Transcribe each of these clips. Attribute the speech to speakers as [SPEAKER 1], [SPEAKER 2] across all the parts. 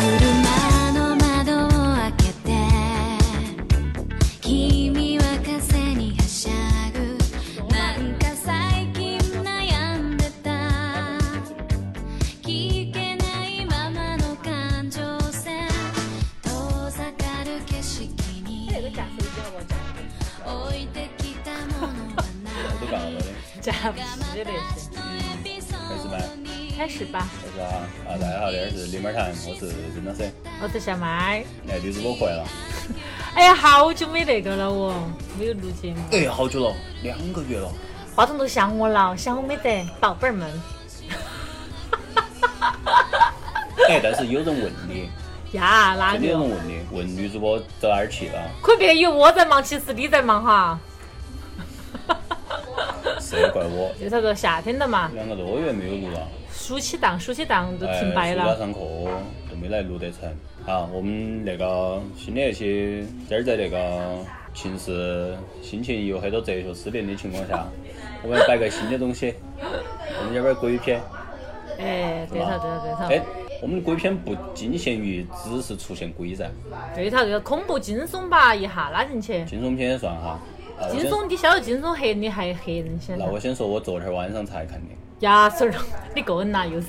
[SPEAKER 1] 車の窓を開けて君は風にはしゃぐなんか最近悩んでた聞けないままの感情線遠ざかる景色に
[SPEAKER 2] 你都飛機了吗？
[SPEAKER 1] 置いてきたものは
[SPEAKER 3] 我都赶上了嘞，
[SPEAKER 2] 假假不是这也是。
[SPEAKER 3] 开始麦，
[SPEAKER 2] 开始吧，
[SPEAKER 3] 大家啊，大家好，这里是零门谈，我是真的谁，
[SPEAKER 2] 我是小埋。
[SPEAKER 3] 哎，驴子我回来了，
[SPEAKER 2] 哎呀，好久没那个了哦，没有录节目，
[SPEAKER 3] 哎，好久了，两个月了，
[SPEAKER 2] 话筒都想我了，想我没得，宝贝儿们。
[SPEAKER 3] 哎，但是有人问你，
[SPEAKER 2] 呀，哪
[SPEAKER 3] 真的有
[SPEAKER 2] 个？
[SPEAKER 3] 人问你，问女主播走哪儿去了，
[SPEAKER 2] 可别以为我在忙，其实你在忙哈。
[SPEAKER 3] 谁怪我？
[SPEAKER 2] 就这个夏天了嘛，
[SPEAKER 3] 两个多月没有录了，
[SPEAKER 2] 暑期档，暑期档都
[SPEAKER 3] 哎，
[SPEAKER 2] 停摆
[SPEAKER 3] 暑假
[SPEAKER 2] 了。
[SPEAKER 3] 上课都没来录得成。好，我们那个新的一期，这儿在那个情是心情有很多哲学思辨的情况下，我们摆个新的东西，我们这边鬼片。
[SPEAKER 2] 哎，对头，对头，对
[SPEAKER 3] 哎，我们的鬼片不仅限于只是出现鬼噻，
[SPEAKER 2] 头，对头，对头，恐怖惊悚吧，一下拉进去。
[SPEAKER 3] 惊悚片也算哈。啊我
[SPEAKER 2] 惊
[SPEAKER 3] 先
[SPEAKER 2] 悚，你晓得惊悚黑，你还黑人先
[SPEAKER 3] 那。我先说，我昨天晚上才看的。
[SPEAKER 2] 呀，孙儿，你个人哪又是？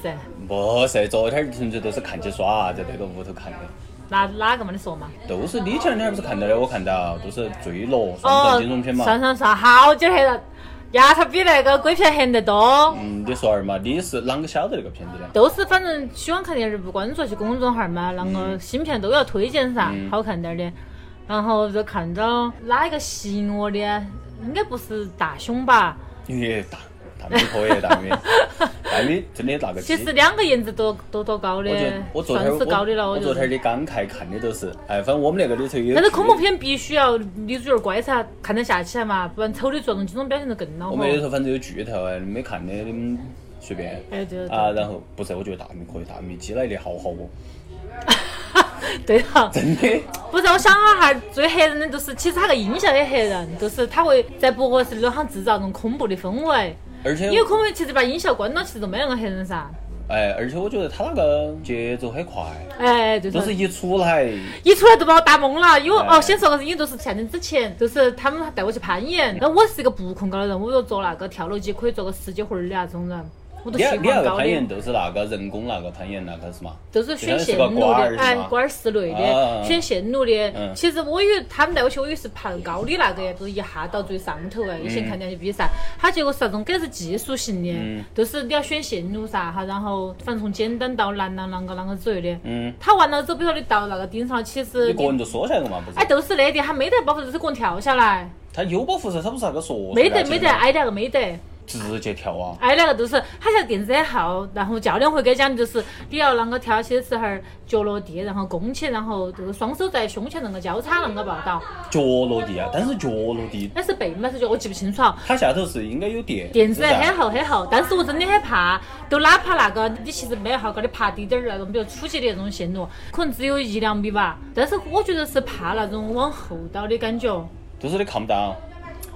[SPEAKER 3] 不是，昨天纯粹都是看起耍，在那个屋头看的，
[SPEAKER 2] 哪哪个嘛？你说嘛？
[SPEAKER 3] 都是你前两天不是看到的，我看到都是坠落双
[SPEAKER 2] 哦
[SPEAKER 3] 层惊悚片，嘛。
[SPEAKER 2] 上上上，好久黑了。呀，它比那个鬼片黑得多，
[SPEAKER 3] 嗯，你说儿嘛，你是啷个晓得那个片子的？
[SPEAKER 2] 都是反正喜欢看电视，不管你说去公众号儿嘛，啷个新片都要推荐噻，
[SPEAKER 3] 嗯
[SPEAKER 2] 好看点儿的。然后就看到哪一个吸引我的，应该不是大胸吧？
[SPEAKER 3] 耶，大大米可以， 大米，大米真的那个
[SPEAKER 2] 其
[SPEAKER 3] 鸡。
[SPEAKER 2] 实两个颜值都都多高的
[SPEAKER 3] 我觉得，我昨
[SPEAKER 2] 算
[SPEAKER 3] 天
[SPEAKER 2] 是高的了，
[SPEAKER 3] 我
[SPEAKER 2] 觉
[SPEAKER 3] 昨天
[SPEAKER 2] 得。
[SPEAKER 3] 的感慨看的都是，哎，反正我们那个里头有。
[SPEAKER 2] 但是恐怖。片必须要女主角乖才看得下去来嘛，不然丑的做成这种表情就更恼
[SPEAKER 3] 我
[SPEAKER 2] 火。
[SPEAKER 3] 们 里头反正有剧透哎，没看的你们随便。
[SPEAKER 2] 哎，对
[SPEAKER 3] 啊，
[SPEAKER 2] 对
[SPEAKER 3] 然后不是，我觉得大米可以，大米鸡来的好好哦，
[SPEAKER 2] 对啊头。
[SPEAKER 3] 真的。
[SPEAKER 2] 不是，我想哈哈，最吓人的就是，其实他个音效也吓人，就是他会在不合适的地方制造那种恐怖的氛围。
[SPEAKER 3] 而且
[SPEAKER 2] 因，为恐怖其实把音效关了，其实都没那个吓人噻。
[SPEAKER 3] 哎，而且我觉得他那个节奏很快，
[SPEAKER 2] 哎，对
[SPEAKER 3] 就
[SPEAKER 2] 头。
[SPEAKER 3] 是一出来，
[SPEAKER 2] 一出来都把我打懵了，因为
[SPEAKER 3] 哎
[SPEAKER 2] 哦，先说个事情，就是夏天之前，就是他们带我去攀岩，然后我是一个不恐高的人，我就坐那个跳楼机可以坐个十几回儿的那种人，我都
[SPEAKER 3] 你
[SPEAKER 2] 喜
[SPEAKER 3] 你那
[SPEAKER 2] 欢
[SPEAKER 3] 个
[SPEAKER 2] 高
[SPEAKER 3] 攀岩
[SPEAKER 2] 的，
[SPEAKER 3] 就是那个人工那个攀岩那个是嘛？
[SPEAKER 2] 都是选线
[SPEAKER 3] 就像是个
[SPEAKER 2] 路
[SPEAKER 3] 瓜儿是
[SPEAKER 2] 的，
[SPEAKER 3] 吗
[SPEAKER 2] 哎，瓜儿室内
[SPEAKER 3] 啊
[SPEAKER 2] 的，选线路
[SPEAKER 3] 嗯
[SPEAKER 2] 的。其实我以为他们带我去，我以为是攀高的那个呀，就是一下到最上头哎，以前看人家去比赛，他结果是那种感觉是技术性
[SPEAKER 3] 嗯
[SPEAKER 2] 的，就是你要选线路噻，哈，然后反正从简单到难，啊啷啷个啷个之类的。
[SPEAKER 3] 嗯，
[SPEAKER 2] 他完了之后，比如说你到那个顶上，其实
[SPEAKER 3] 你个人就说下来了嘛，不是
[SPEAKER 2] 嗯哎，？都是那点，他没得包袱，就是个人跳下来，
[SPEAKER 3] 他有保护色，他不是那个说
[SPEAKER 2] 没得没得，，挨那个没得，
[SPEAKER 3] 直接跳啊！
[SPEAKER 2] 哎挨那个就是他像电子烟号，然后教练会给讲的就是你要啷个跳起的时候儿脚落地，然后弓起，然后这个双手在胸前啷个交叉啷个抱倒，
[SPEAKER 3] 脚落地啊，但是脚落地，
[SPEAKER 2] 那是背嘛是脚，我记不清楚啊。
[SPEAKER 3] 它下头是应该有垫
[SPEAKER 2] 电子啊
[SPEAKER 3] 是啊
[SPEAKER 2] 烟很
[SPEAKER 3] 吧
[SPEAKER 2] 厚很厚，但是我真的很怕，都哪怕那个你其实没有好高的爬低点儿那种，比如初级的那种线路，可能只有一两米吧，但是我觉得是怕那种往后倒的感觉，
[SPEAKER 3] 就是你看不到，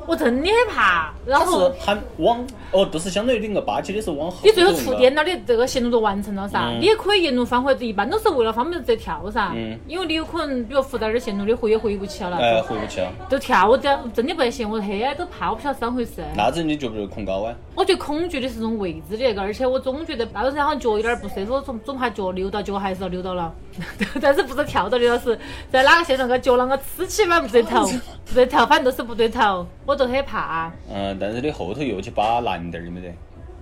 [SPEAKER 2] 我真的很怕。然
[SPEAKER 3] 它是
[SPEAKER 2] 后
[SPEAKER 3] 喊往哦，就是相当于你个八起的是往后。
[SPEAKER 2] 你最后触电。了，你这个线路都完成了噻，
[SPEAKER 3] 嗯
[SPEAKER 2] 你也可以沿路翻回，一般都是为了方便直接跳噻，
[SPEAKER 3] 嗯
[SPEAKER 2] 因为你有可能比如扶到点儿线路，你回也回呃不起了，
[SPEAKER 3] 哎，回不去了，
[SPEAKER 2] 都跳掉，真的不得行，我很都怕，我不晓得是咋回事。
[SPEAKER 3] 那子你就不是恐高啊？
[SPEAKER 2] 我最恐惧的是这种未知的那个，而且我总觉得那段时间好像脚有点儿不舒服，我总总怕脚溜到，脚还是溜到了，但是不是跳到的，而是在哪个线上个脚啷个吃起，反正不对头，不对头，反正都是不对头，我都很怕。
[SPEAKER 3] 嗯，但是你后头又去把难点儿的没得，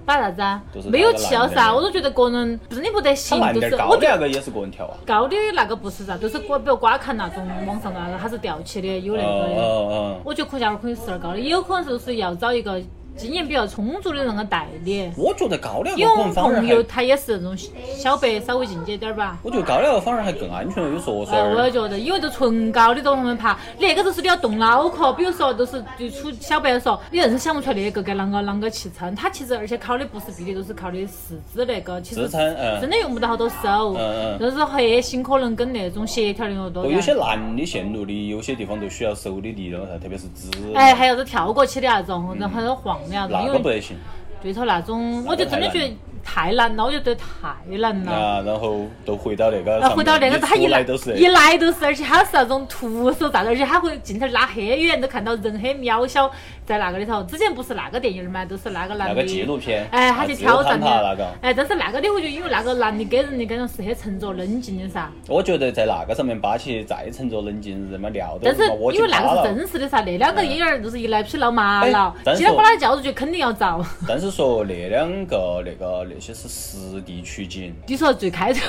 [SPEAKER 2] 把啥子啊
[SPEAKER 3] 就是？
[SPEAKER 2] 没有气了
[SPEAKER 3] 那个栏杆
[SPEAKER 2] 噻，我都觉得个人真的不得
[SPEAKER 3] 它
[SPEAKER 2] 行，
[SPEAKER 3] 难
[SPEAKER 2] 就
[SPEAKER 3] 点
[SPEAKER 2] 是
[SPEAKER 3] 儿高
[SPEAKER 2] 我
[SPEAKER 3] 的
[SPEAKER 2] 觉
[SPEAKER 3] 那个也是个人跳啊。
[SPEAKER 2] 高的那个不是啥，就是瓜，比如瓜砍那种往上那个，它是吊起的，有
[SPEAKER 3] 哦
[SPEAKER 2] 那个的。
[SPEAKER 3] 哦哦。
[SPEAKER 2] 我觉得可下回可以试点儿高的，也有可能就是要找一个经验比较充足的人个代理。
[SPEAKER 3] 我觉得高粱
[SPEAKER 2] 因
[SPEAKER 3] 的
[SPEAKER 2] 为
[SPEAKER 3] 可
[SPEAKER 2] 我
[SPEAKER 3] 能
[SPEAKER 2] 们
[SPEAKER 3] 反而
[SPEAKER 2] 朋
[SPEAKER 3] 还
[SPEAKER 2] 友，他也是那种小白，稍微进阶点儿吧。
[SPEAKER 3] 我觉得高粱的反而还更安全。有时候我说
[SPEAKER 2] 哎，我也
[SPEAKER 3] 儿，
[SPEAKER 2] 觉得，因为都唇膏，你懂我们爬，你那个都是你要动脑壳。比如说，都是就出小白说，你硬是想不出来那个该啷个啷个去称。它其实而且靠的不是臂力，都是靠的四肢那个，其实
[SPEAKER 3] 支撑嗯
[SPEAKER 2] 真的用不到好多手
[SPEAKER 3] 嗯嗯，
[SPEAKER 2] 就是核心可能跟那种协调的有多
[SPEAKER 3] 哦，有些
[SPEAKER 2] 点。
[SPEAKER 3] 难的线路的，有些地方都需要手的力量噻，特别是肢，
[SPEAKER 2] 哎，还有子跳过去的那种，然后还有晃的那种，
[SPEAKER 3] 嗯那
[SPEAKER 2] 因
[SPEAKER 3] 个
[SPEAKER 2] 为
[SPEAKER 3] 不得行
[SPEAKER 2] 对头那种，我就真的觉得太难了，我就觉得太难了。
[SPEAKER 3] 啊。然后都回到那个上
[SPEAKER 2] 然
[SPEAKER 3] 面，
[SPEAKER 2] 后回到那个，他
[SPEAKER 3] 一
[SPEAKER 2] 一
[SPEAKER 3] 出
[SPEAKER 2] 来
[SPEAKER 3] 来都是
[SPEAKER 2] 一来都是，而且他是那种徒手站的，而且他会镜头拉很远，都看到人很渺小在那个里头。之前不是那个电影儿嘛，都是那个男
[SPEAKER 3] 那
[SPEAKER 2] 的，
[SPEAKER 3] 个纪录片，
[SPEAKER 2] 哎，他
[SPEAKER 3] 啊
[SPEAKER 2] 去
[SPEAKER 3] 自由
[SPEAKER 2] 挑战
[SPEAKER 3] 攀
[SPEAKER 2] 的，
[SPEAKER 3] 爬那个。
[SPEAKER 2] 哎，但是那个你会觉得，因为那个男的给人的感觉是很沉着冷静的噻，
[SPEAKER 3] 我觉得在那个上面扒起再沉着冷静，人家尿都
[SPEAKER 2] 但是
[SPEAKER 3] 他妈窝
[SPEAKER 2] 因
[SPEAKER 3] 进
[SPEAKER 2] 为那
[SPEAKER 3] 趴
[SPEAKER 2] 个是
[SPEAKER 3] 了。哎
[SPEAKER 2] 真实的噻，那两个婴儿就是一来批闹麻了
[SPEAKER 3] 哎，但是
[SPEAKER 2] 其他把他叫出去肯定要遭。
[SPEAKER 3] 但是说那两个那个那些是实地取景，
[SPEAKER 2] 你说最开头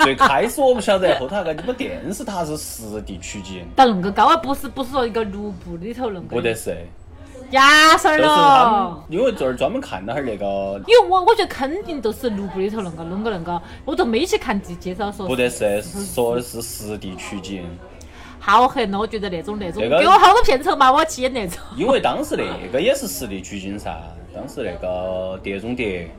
[SPEAKER 3] 最开始我不晓得，后头那个你们电视塔是实地取景，
[SPEAKER 2] 到恁个高啊，不是不是说一个瀑布里头恁
[SPEAKER 3] 不
[SPEAKER 2] 个
[SPEAKER 3] 得，是，
[SPEAKER 2] 呀，事儿
[SPEAKER 3] 都是他
[SPEAKER 2] 了
[SPEAKER 3] 们。，因为这儿专门看了哈儿那个
[SPEAKER 2] 因为我我觉得肯定都是六部里头恁个弄个恁个，我都没去看介介绍说
[SPEAKER 3] 不得是说的是实地取景，
[SPEAKER 2] 好狠了，我觉得那种那种
[SPEAKER 3] 那个
[SPEAKER 2] 给我好多片酬嘛，我去演那种。
[SPEAKER 3] 因为当时那个也是实地取景噻，当时那个碟中谍，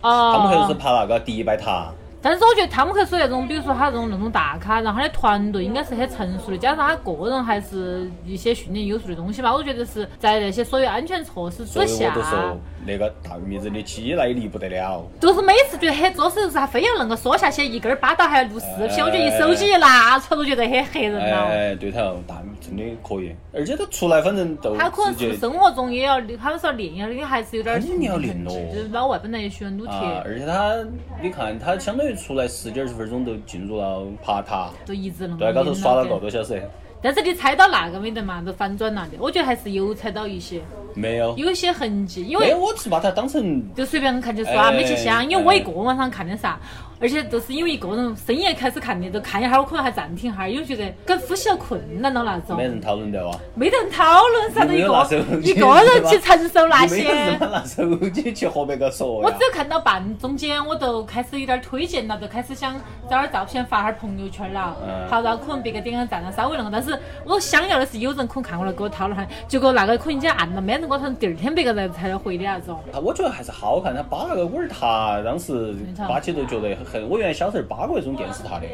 [SPEAKER 3] 他们还是
[SPEAKER 2] 哦，
[SPEAKER 3] 爬那个迪拜塔，
[SPEAKER 2] 但是我觉得汤姆克属于那种，比如说他这种那种大咖，然后他的团队应该是很成熟的，加上他个人还是一些训练有素的东西嘛，我觉得是在那些所有安全措施
[SPEAKER 3] 所
[SPEAKER 2] 之
[SPEAKER 3] 以我
[SPEAKER 2] 下，
[SPEAKER 3] 都说那个大玉米子的鸡来力不得了。
[SPEAKER 2] 就是每次觉得很作死，就是他非要恁个说下去，一根儿巴倒还要录视频，
[SPEAKER 3] 哎
[SPEAKER 2] 我觉得一手机一拿出来都觉得很吓人了。
[SPEAKER 3] 哎，对头，大米真的可以，而且他出来反正都
[SPEAKER 2] 他可能
[SPEAKER 3] 直
[SPEAKER 2] 是不是
[SPEAKER 3] 接
[SPEAKER 2] 生活中也要，他们说练一下，因为还是有点儿
[SPEAKER 3] 肯定要练咯
[SPEAKER 2] 就是老外本来也喜欢撸铁，
[SPEAKER 3] 啊，而且他你看他相当于出来十几二十分钟都进入了爬塔，
[SPEAKER 2] 就一直能
[SPEAKER 3] 对，高头耍了个
[SPEAKER 2] 的。
[SPEAKER 3] 多小时，
[SPEAKER 2] 但是你猜到那个没得嘛？都反转了的，我觉得还是有猜到一些，
[SPEAKER 3] 没有，
[SPEAKER 2] 嗯有一些痕迹，因
[SPEAKER 3] 没有，
[SPEAKER 2] 为
[SPEAKER 3] 我是把他当成
[SPEAKER 2] 就随便看就说啊，没去想，因为我
[SPEAKER 3] 哎
[SPEAKER 2] 一个晚上看的噻，而且都是因为一个人深夜开始看的，都看一会儿，我可能还暂停一下，因为觉得跟呼吸要困难了那种
[SPEAKER 3] 没，人讨论啊的哇，
[SPEAKER 2] 没得人讨论噻，都
[SPEAKER 3] 你没
[SPEAKER 2] 一
[SPEAKER 3] 有拿手
[SPEAKER 2] 个
[SPEAKER 3] 机
[SPEAKER 2] 一个人去
[SPEAKER 3] 是吧
[SPEAKER 2] 承受那
[SPEAKER 3] 你没有
[SPEAKER 2] 些
[SPEAKER 3] 人。拿手机去和别个说
[SPEAKER 2] 我
[SPEAKER 3] 呀
[SPEAKER 2] 只。有看到半中间，我都开始有点推荐了，都开始想找点照片发下儿朋友圈了。
[SPEAKER 3] 嗯
[SPEAKER 2] 好了，可能别个点个赞了，稍微那个，但是我想要的是有人可能看过了给我讨论下，结果那个可能已经按了，没人给我讨论，第二天别个才才回的那种。
[SPEAKER 3] 啊，我觉得还是好看。他扒那个乌尔塔，当时扒起都觉得很。我原来小时候扒过那种电视塔的，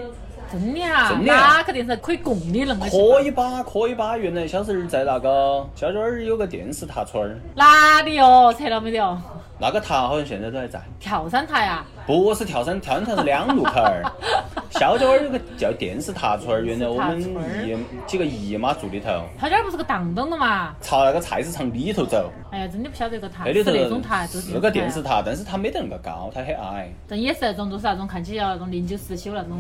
[SPEAKER 2] 真的啊，
[SPEAKER 3] 真的啊
[SPEAKER 2] 哪个电视台可以供你恁个？
[SPEAKER 3] 可以。扒，可以扒。原来小时候在那个小庄儿有个电视塔村儿，
[SPEAKER 2] 哪里哦？拆了没得哦？
[SPEAKER 3] 那个塔好像现在都还在。
[SPEAKER 2] 跳伞台啊？
[SPEAKER 3] 不是跳山，跳山它是两路口 儿。小庄儿有个叫电视塔村儿，原来我们
[SPEAKER 2] 电视塔村儿
[SPEAKER 3] 姨几个姨妈住里头，
[SPEAKER 2] 他这儿不是个荡荡的嘛？
[SPEAKER 3] 朝那个菜市场里头走。
[SPEAKER 2] 哎呀，真的不晓得个台
[SPEAKER 3] 那里
[SPEAKER 2] 是
[SPEAKER 3] 头
[SPEAKER 2] 那种台，就是
[SPEAKER 3] 是个电视，塔，但是它没得那个高，它很矮。
[SPEAKER 2] 但也是那种，就是那种看起来那种零九十九那种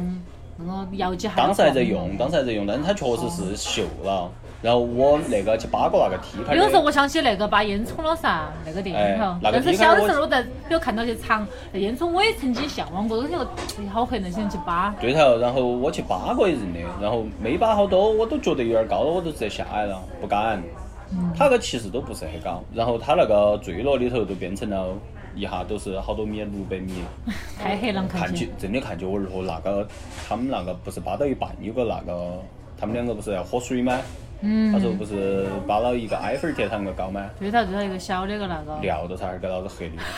[SPEAKER 2] 那种摇几下。
[SPEAKER 3] 当时还在用，当时还在用，但是它确实
[SPEAKER 2] 哦
[SPEAKER 3] 是锈了。然后我那个去扒过那个 T 牌
[SPEAKER 2] 有的时候
[SPEAKER 3] 的，
[SPEAKER 2] 我想起那个把烟囱了噻，那个电影头
[SPEAKER 3] 哎。那个
[SPEAKER 2] 但是
[SPEAKER 3] 地方
[SPEAKER 2] 小
[SPEAKER 3] 我
[SPEAKER 2] 的时候我在比如看到些长那烟囱，我也曾经向往过，我感觉好黑那些人去扒。
[SPEAKER 3] 对头。然后我去扒过一阵的，然后没扒好多，我都觉得有点高了，我都直接下来了，不敢。它那个其实都不是很高，然后它那个坠落里头就变成了一下都是好多米，六百米。
[SPEAKER 2] 太黑了，看
[SPEAKER 3] 看起
[SPEAKER 2] 起。
[SPEAKER 3] 真的看起我儿和那个他们那个不是扒到一半有个那个他们两个不是要喝水吗？
[SPEAKER 2] 嗯
[SPEAKER 3] 他说不是扒了一个矮粉儿贴上个高吗？
[SPEAKER 2] 对头，对头，一个小的一个那个，
[SPEAKER 3] 尿到他儿给老子黑的。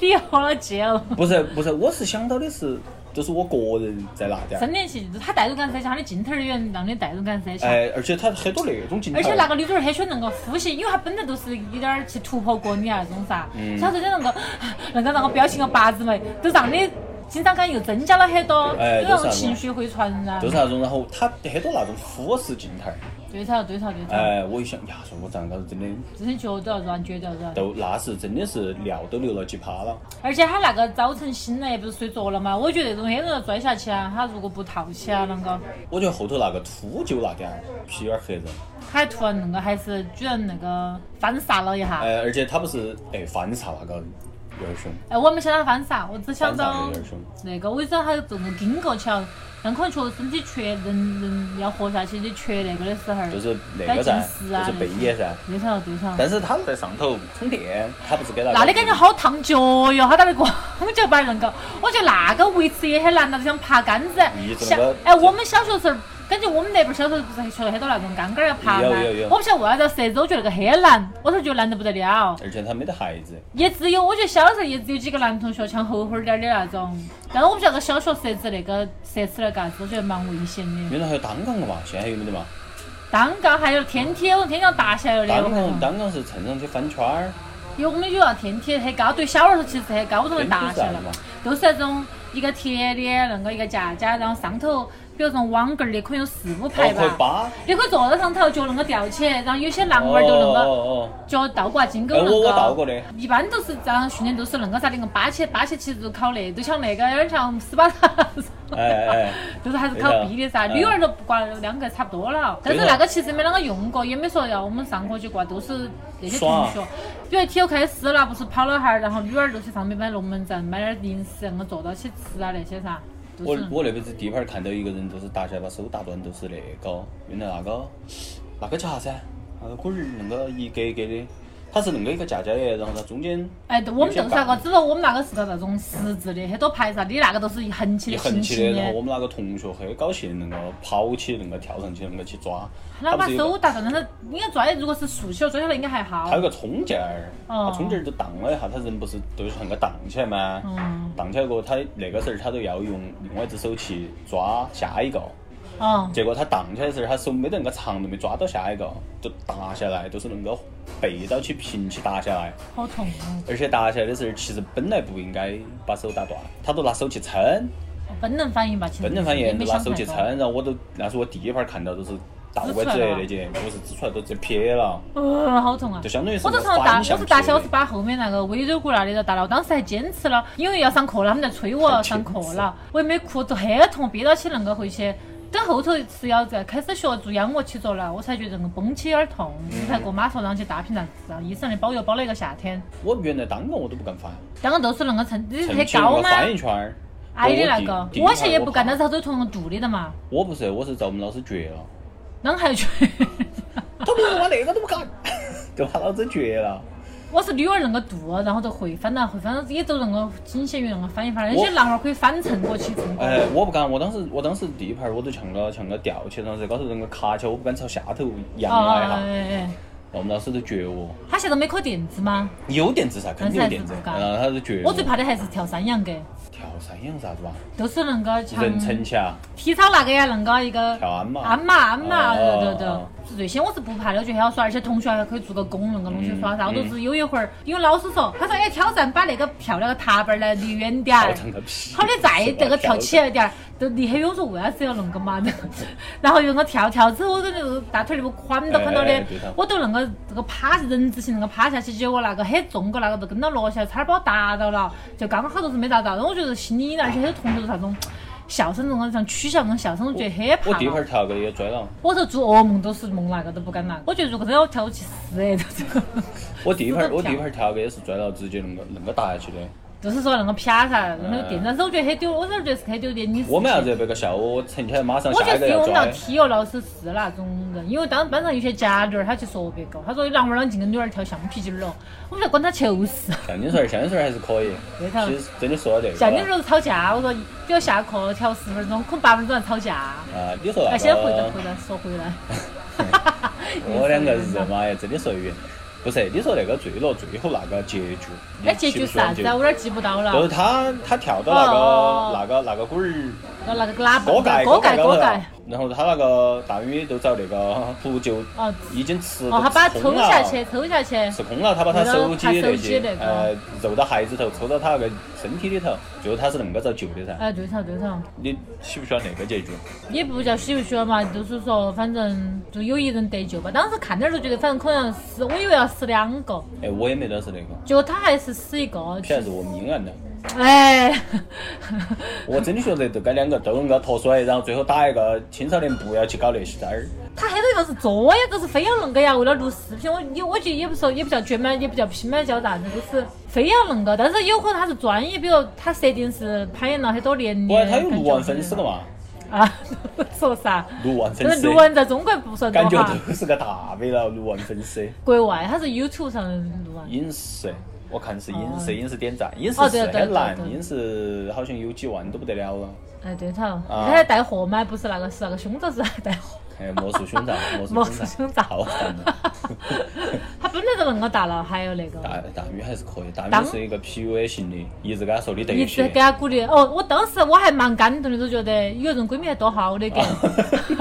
[SPEAKER 2] 你喝了酒，
[SPEAKER 3] 不是不是，我是想到的是，就是我个人在那点儿
[SPEAKER 2] 真。的是，他代入感很强，他的镜头儿也让你代入感很强。
[SPEAKER 3] 哎，而且他很多那种镜头。
[SPEAKER 2] 而
[SPEAKER 3] 啊
[SPEAKER 2] 且那个女主儿很喜欢那个呼吸，因为她本来就是有点儿去突破过你那种噻。
[SPEAKER 3] 嗯
[SPEAKER 2] 小时候的那个那个那个表情和八字眉，都让你紧张感又增加了很多，
[SPEAKER 3] 哎
[SPEAKER 2] 有那
[SPEAKER 3] 都是那
[SPEAKER 2] 种
[SPEAKER 3] 种
[SPEAKER 2] 情绪会传染
[SPEAKER 3] 就是。那啊种，然后他很多那种俯视镜头儿。
[SPEAKER 2] 对头，对头，对头。
[SPEAKER 3] 哎，我一想呀，说我站高头真的
[SPEAKER 2] 真的觉得软，觉得软。
[SPEAKER 3] 都那是真的是尿都流了几趴了。
[SPEAKER 2] 而且他那个早晨醒来不是睡着了嘛？我觉得那种很容易摔下去啊，他如果不套起啊，啷个，
[SPEAKER 3] 我觉得后头那个秃鹫那点儿皮有点吓人。
[SPEAKER 2] 他突然那个还是居然那个反杀了一下。
[SPEAKER 3] 哎，而且他不是哎翻查那个有点凶，
[SPEAKER 2] 哎，我没晓得他翻啥，我只晓
[SPEAKER 3] 翻
[SPEAKER 2] 得
[SPEAKER 3] 查有点凶。
[SPEAKER 2] 那个，我只晓得他中个经过，巧但可能确实身体缺，人人要活下去就缺那个的时候儿，
[SPEAKER 3] 就是那
[SPEAKER 2] 该
[SPEAKER 3] 个
[SPEAKER 2] 进
[SPEAKER 3] 噻，
[SPEAKER 2] 食啊
[SPEAKER 3] 就
[SPEAKER 2] 那
[SPEAKER 3] 是贝
[SPEAKER 2] 些
[SPEAKER 3] 爷噻。
[SPEAKER 2] 对头对头。
[SPEAKER 3] 但是他在上头充电，他不是给大家。
[SPEAKER 2] 那的感觉好烫脚哟，他那个光脚板人高，我觉得那个维持也很难，那就像爬杆子
[SPEAKER 3] 一。整
[SPEAKER 2] 小
[SPEAKER 3] 个
[SPEAKER 2] 哎，我们小学时候，感觉我们那边小时候不是学了很多那种杆杆儿要爬吗
[SPEAKER 3] 有有有？
[SPEAKER 2] 我不晓得为啥子设置，我觉得那个很难，我是觉得难得不得了。
[SPEAKER 3] 而且他没得孩子，
[SPEAKER 2] 也只有我觉得小时候也只有几个男同学像后花儿点儿的那种，但是我不晓得小学设置那个设置了嘎子，我觉得蛮危险
[SPEAKER 3] 原
[SPEAKER 2] 的。
[SPEAKER 3] 来还有单杠的嘛，现在还有没得嘛？
[SPEAKER 2] 单杠还有天梯，我天天要打下来的，我
[SPEAKER 3] 单
[SPEAKER 2] 跟你
[SPEAKER 3] 杠
[SPEAKER 2] 说。
[SPEAKER 3] 单杠是蹭上去翻圈儿，
[SPEAKER 2] 有我们有那天梯很高，对小娃儿说其实很高，我都能打下来
[SPEAKER 3] 天梯是啥子嘛。
[SPEAKER 2] 都是那种一个铁的那个一个架架，然后上头比如说网格儿的，可能有四五排
[SPEAKER 3] 哦，可以
[SPEAKER 2] 吧。
[SPEAKER 3] 扒。
[SPEAKER 2] 你可以坐到上头，脚能够吊起，然后有些男
[SPEAKER 3] 哦
[SPEAKER 2] 娃儿就能够
[SPEAKER 3] 哦哦，
[SPEAKER 2] 脚倒挂金钩
[SPEAKER 3] 哎
[SPEAKER 2] 能
[SPEAKER 3] 我
[SPEAKER 2] 够。
[SPEAKER 3] 我倒过的。
[SPEAKER 2] 一般都是这样训练，都是恁个啥能够扒起，扒起其实就考那，就像那个有点像斯巴达，
[SPEAKER 3] 哎哎哎，
[SPEAKER 2] 就是还是考 B 的噻。
[SPEAKER 3] 对的
[SPEAKER 2] 女儿都不挂两个差不多了，但是那个其实没啷个用过，也没说要我们上课去挂，都是那些同学
[SPEAKER 3] 耍。
[SPEAKER 2] 比如体育课撕了，不是跑了哈儿，然后女儿就去上面买龙门阵，买点儿零食，啷个坐到起吃啊那些噻，都
[SPEAKER 3] 我
[SPEAKER 2] 是。
[SPEAKER 3] 我那边子地盘儿看到一个人，就是打起来把手打断，就是那个原来那个那个夹噻，啊那个棍儿恁个一格一格的，它是恁个一个架架的，然后它中间
[SPEAKER 2] 哎，对，我们
[SPEAKER 3] 有
[SPEAKER 2] 就
[SPEAKER 3] 些
[SPEAKER 2] 是那个，
[SPEAKER 3] 杠
[SPEAKER 2] 只不过我们那个是个那种十字的，很多牌噻，你那个都是一横起
[SPEAKER 3] 一
[SPEAKER 2] 的、
[SPEAKER 3] 横
[SPEAKER 2] 平
[SPEAKER 3] 起
[SPEAKER 2] 起
[SPEAKER 3] 的，然后我
[SPEAKER 2] 的，
[SPEAKER 3] 们那个同学很高兴，能够跑起，能够跳上去，能够去抓。
[SPEAKER 2] 那
[SPEAKER 3] 他不
[SPEAKER 2] 把
[SPEAKER 3] 是有
[SPEAKER 2] 手
[SPEAKER 3] 个
[SPEAKER 2] 打断，但是应该抓的，如果是竖起了抓下来应该还好
[SPEAKER 3] 他。有个冲劲儿，
[SPEAKER 2] 哦
[SPEAKER 3] 他冲劲儿就荡了一下，他人不是就是像个荡起来吗？
[SPEAKER 2] 嗯
[SPEAKER 3] 荡起来过后，他那个时候他都要用另外一只手去抓下一个，
[SPEAKER 2] 嗯，
[SPEAKER 3] 结果他荡起来的时候，他手没得那个长度，没抓到下一个，就打下来，就是能够背到起平起打下来，
[SPEAKER 2] 好痛哦！
[SPEAKER 3] 而且打下来的时候，其实本来不应该把手打断，他都拿手去撑，
[SPEAKER 2] 哦本能反应吧，其实
[SPEAKER 3] 本能反
[SPEAKER 2] 也
[SPEAKER 3] 应
[SPEAKER 2] 没
[SPEAKER 3] 都
[SPEAKER 2] 想
[SPEAKER 3] 拿
[SPEAKER 2] 太
[SPEAKER 3] 手去撑，
[SPEAKER 2] 多。
[SPEAKER 3] 然后我都那是我第一盘看到都是倒拐子的那些，不是指出来都直接撇了，
[SPEAKER 2] 呃，好痛啊！
[SPEAKER 3] 就相当于是
[SPEAKER 2] 我都
[SPEAKER 3] 个
[SPEAKER 2] 从大，
[SPEAKER 3] 反
[SPEAKER 2] 我
[SPEAKER 3] 向
[SPEAKER 2] 是大
[SPEAKER 3] 撇
[SPEAKER 2] 小是把后面那个微软骨那里头打了，我当时还坚持了，因为要上课了，他们在催我
[SPEAKER 3] 还
[SPEAKER 2] 上
[SPEAKER 3] 坚持
[SPEAKER 2] 课了，我也没哭，都很痛，憋到起恁个回去。等后头是要在开始学做仰卧起坐了，我才觉得恁个绷起有点痛，
[SPEAKER 3] 嗯
[SPEAKER 2] 我才跟我妈说让去大平站，让医生的保佑保了一个夏天。
[SPEAKER 3] 我原来单个我都不敢翻，
[SPEAKER 2] 当然都是恁个撑，你
[SPEAKER 3] 撑
[SPEAKER 2] 很
[SPEAKER 3] 起那
[SPEAKER 2] 高
[SPEAKER 3] 个
[SPEAKER 2] 吗？
[SPEAKER 3] 翻一圈儿。
[SPEAKER 2] 矮的那
[SPEAKER 3] 我
[SPEAKER 2] 个
[SPEAKER 3] 第，第一
[SPEAKER 2] 我
[SPEAKER 3] 盘
[SPEAKER 2] 现在也不干，
[SPEAKER 3] 怕
[SPEAKER 2] 但是他都同做的的嘛，
[SPEAKER 3] 我不是，我是遭我们老师绝了，
[SPEAKER 2] 啷还去？
[SPEAKER 3] 他不是我那个都不敢， 就怕老子绝了。
[SPEAKER 2] 我是女儿恁个做，然后就会翻了，会翻也都恁个仅限于恁个翻一翻，而
[SPEAKER 3] 我
[SPEAKER 2] 且男娃儿可以反衬过去衬过去。
[SPEAKER 3] 哎，我不敢，我当时我当时第一盘我都像个像个吊起，然后在高头那个卡起，我不敢朝下头扬了一下，然
[SPEAKER 2] 哎哎，
[SPEAKER 3] 后我们老师都绝我，
[SPEAKER 2] 他现在没可垫子吗？
[SPEAKER 3] 有垫子噻，肯定有垫子，
[SPEAKER 2] 但是还是不敢
[SPEAKER 3] 然后他就绝
[SPEAKER 2] 我最怕的还是跳三阳格，
[SPEAKER 3] 跳山羊啥子吧，
[SPEAKER 2] 都是恁个像
[SPEAKER 3] 人撑起啊，
[SPEAKER 2] 体操那个呀，恁个一个
[SPEAKER 3] 跳鞍马
[SPEAKER 2] 鞍马鞍马，对
[SPEAKER 3] 哦
[SPEAKER 2] 对对
[SPEAKER 3] 哦。
[SPEAKER 2] 是这些我是不怕的，我觉得很好耍，而且同学还可以做个拱，恁个东西耍噻。我都是有一回儿，因为老师说，他说哎挑战把那个漂亮的踏板儿来离远点
[SPEAKER 3] 跳
[SPEAKER 2] 儿。
[SPEAKER 3] 成个屁，
[SPEAKER 2] 好的，再那个跳起
[SPEAKER 3] 来，
[SPEAKER 2] 来点儿，都离很远。我说为啥子要恁个嘛？然后又我跳跳之后，我那个大腿儿那个宽到宽到
[SPEAKER 3] 哎哎
[SPEAKER 2] 的
[SPEAKER 3] 哎对头，
[SPEAKER 2] 我都恁个这个趴人字形那个趴下去，结果那个很重个那个就跟到落下来，差点把我打到了，就刚好都是没打到。然后我觉得心里，而且很多同学都是那种笑声，那种像取笑那种笑声，我觉得很怕
[SPEAKER 3] 我
[SPEAKER 2] 了。
[SPEAKER 3] 第一盘跳个也拽了，
[SPEAKER 2] 我说做噩梦都是梦那个都不敢拿。我觉得如果真要跳，我去死哎！都是
[SPEAKER 3] 我第一
[SPEAKER 2] 是
[SPEAKER 3] 盘
[SPEAKER 2] 不
[SPEAKER 3] 我
[SPEAKER 2] 是
[SPEAKER 3] 第一盘跳个也是拽了，直接恁个恁个打下去的。
[SPEAKER 2] 就是说那个啪噻，那个电，但是我觉得很丢，我是觉得是很丢脸。你
[SPEAKER 3] 我们要是别个笑我，我撑起来马上
[SPEAKER 2] 我觉
[SPEAKER 3] 下
[SPEAKER 2] 得
[SPEAKER 3] 一
[SPEAKER 2] 是因为
[SPEAKER 3] 个要
[SPEAKER 2] 我们那
[SPEAKER 3] 抓
[SPEAKER 2] 个。体育老师是那种人，因为当班上有些家女儿，她去说别个，她说男娃儿净跟女儿跳橡皮筋儿了，我们在管她球事。
[SPEAKER 3] 橡筋绳儿，橡筋绳儿还是可以。
[SPEAKER 2] 对头
[SPEAKER 3] 其实真的说到这个，
[SPEAKER 2] 像你说吵架，我说比如下课调十分钟，可能八分钟在吵架。
[SPEAKER 3] 啊，你说
[SPEAKER 2] 哎，
[SPEAKER 3] 那
[SPEAKER 2] 先回来
[SPEAKER 3] 个
[SPEAKER 2] 回，来说回来。
[SPEAKER 3] 我两个啊人嘛呀，真的说晕。不是，你说那个坠落最后那个结局，
[SPEAKER 2] 哎，结局是啥子啊？我
[SPEAKER 3] 啊？
[SPEAKER 2] 有点记不到
[SPEAKER 3] 就
[SPEAKER 2] 了。
[SPEAKER 3] 是他他跳到
[SPEAKER 2] 哦
[SPEAKER 3] 那个那个那个棍儿，
[SPEAKER 2] 那那个喇叭，
[SPEAKER 3] 锅盖
[SPEAKER 2] 锅
[SPEAKER 3] 盖
[SPEAKER 2] 盖，锅
[SPEAKER 3] 高头
[SPEAKER 2] 盖
[SPEAKER 3] 啊。，然后他那个大鱼都遭那个扑救，
[SPEAKER 2] 哦
[SPEAKER 3] 已经吃
[SPEAKER 2] 哦，
[SPEAKER 3] 都啊
[SPEAKER 2] 他把它
[SPEAKER 3] 吃
[SPEAKER 2] 抽
[SPEAKER 3] 空了
[SPEAKER 2] 下去，抽下去。
[SPEAKER 3] 吃空了，他把他手机那
[SPEAKER 2] 揉到他手机
[SPEAKER 3] 些
[SPEAKER 2] 那个
[SPEAKER 3] 呃揉到孩子头，抽到他那个身体里头，最后他是恁个遭救的噻。
[SPEAKER 2] 哎，对头，对头。
[SPEAKER 3] 你喜不喜欢那个结局？
[SPEAKER 2] 也不叫喜不喜欢嘛，就是说，反正就有一人得救吧。当时看点儿就觉得，反正可能死，我以为要死两个，
[SPEAKER 3] 哎，我也没得是那个，
[SPEAKER 2] 结果他还是死一个。
[SPEAKER 3] 偏是我们阴暗的。
[SPEAKER 2] 哎，
[SPEAKER 3] 我真的觉得这个两个都能够脱水，然后最后打一个青少年不要去搞那些事儿。
[SPEAKER 2] 他很多地方是作呀，都是非要恁个呀，为了录视频，我也我觉得也不说也不叫绝嘛，也不叫拼嘛，叫啥子，就是非要恁个。但是有可能他是专业，比如他设定是攀岩了很多年的，
[SPEAKER 3] 不然他
[SPEAKER 2] 感
[SPEAKER 3] 有六
[SPEAKER 2] 觉
[SPEAKER 3] 万粉丝的嘛？
[SPEAKER 2] 啊， 说啥？
[SPEAKER 3] 卢万
[SPEAKER 2] 这
[SPEAKER 3] 粉
[SPEAKER 2] 个
[SPEAKER 3] 丝
[SPEAKER 2] 卢，文在中国不算多
[SPEAKER 3] 感觉
[SPEAKER 2] 哈，
[SPEAKER 3] 都是个大 V 了。卢万粉丝，
[SPEAKER 2] 国外他是 YouTube 上的卢文，
[SPEAKER 3] 影视，我看是影
[SPEAKER 2] 哦
[SPEAKER 3] 视，影视点赞，影视
[SPEAKER 2] 哦对
[SPEAKER 3] 是
[SPEAKER 2] 对
[SPEAKER 3] 很
[SPEAKER 2] 对
[SPEAKER 3] 难
[SPEAKER 2] 对，
[SPEAKER 3] 影视好像有几万都不得了了。
[SPEAKER 2] 哎对头，
[SPEAKER 3] 啊
[SPEAKER 2] 他还带货嘛，不是那个是那个胸罩是还带 货，
[SPEAKER 3] 哎，魔术胸罩，魔
[SPEAKER 2] 魔
[SPEAKER 3] 术
[SPEAKER 2] 术
[SPEAKER 3] 胸
[SPEAKER 2] 胸
[SPEAKER 3] 罩，
[SPEAKER 2] 罩
[SPEAKER 3] 好烦的。
[SPEAKER 2] 他本来就恁个大了，还有那个。
[SPEAKER 3] 大大宇还是可以，大
[SPEAKER 2] 当
[SPEAKER 3] 宇是一个 PUA 型的，一直跟他说你对
[SPEAKER 2] 一
[SPEAKER 3] 不
[SPEAKER 2] 直
[SPEAKER 3] 起
[SPEAKER 2] 给。他鼓励。哦，我当时我还蛮感动的，都觉得有这种闺蜜多好的感。
[SPEAKER 3] 啊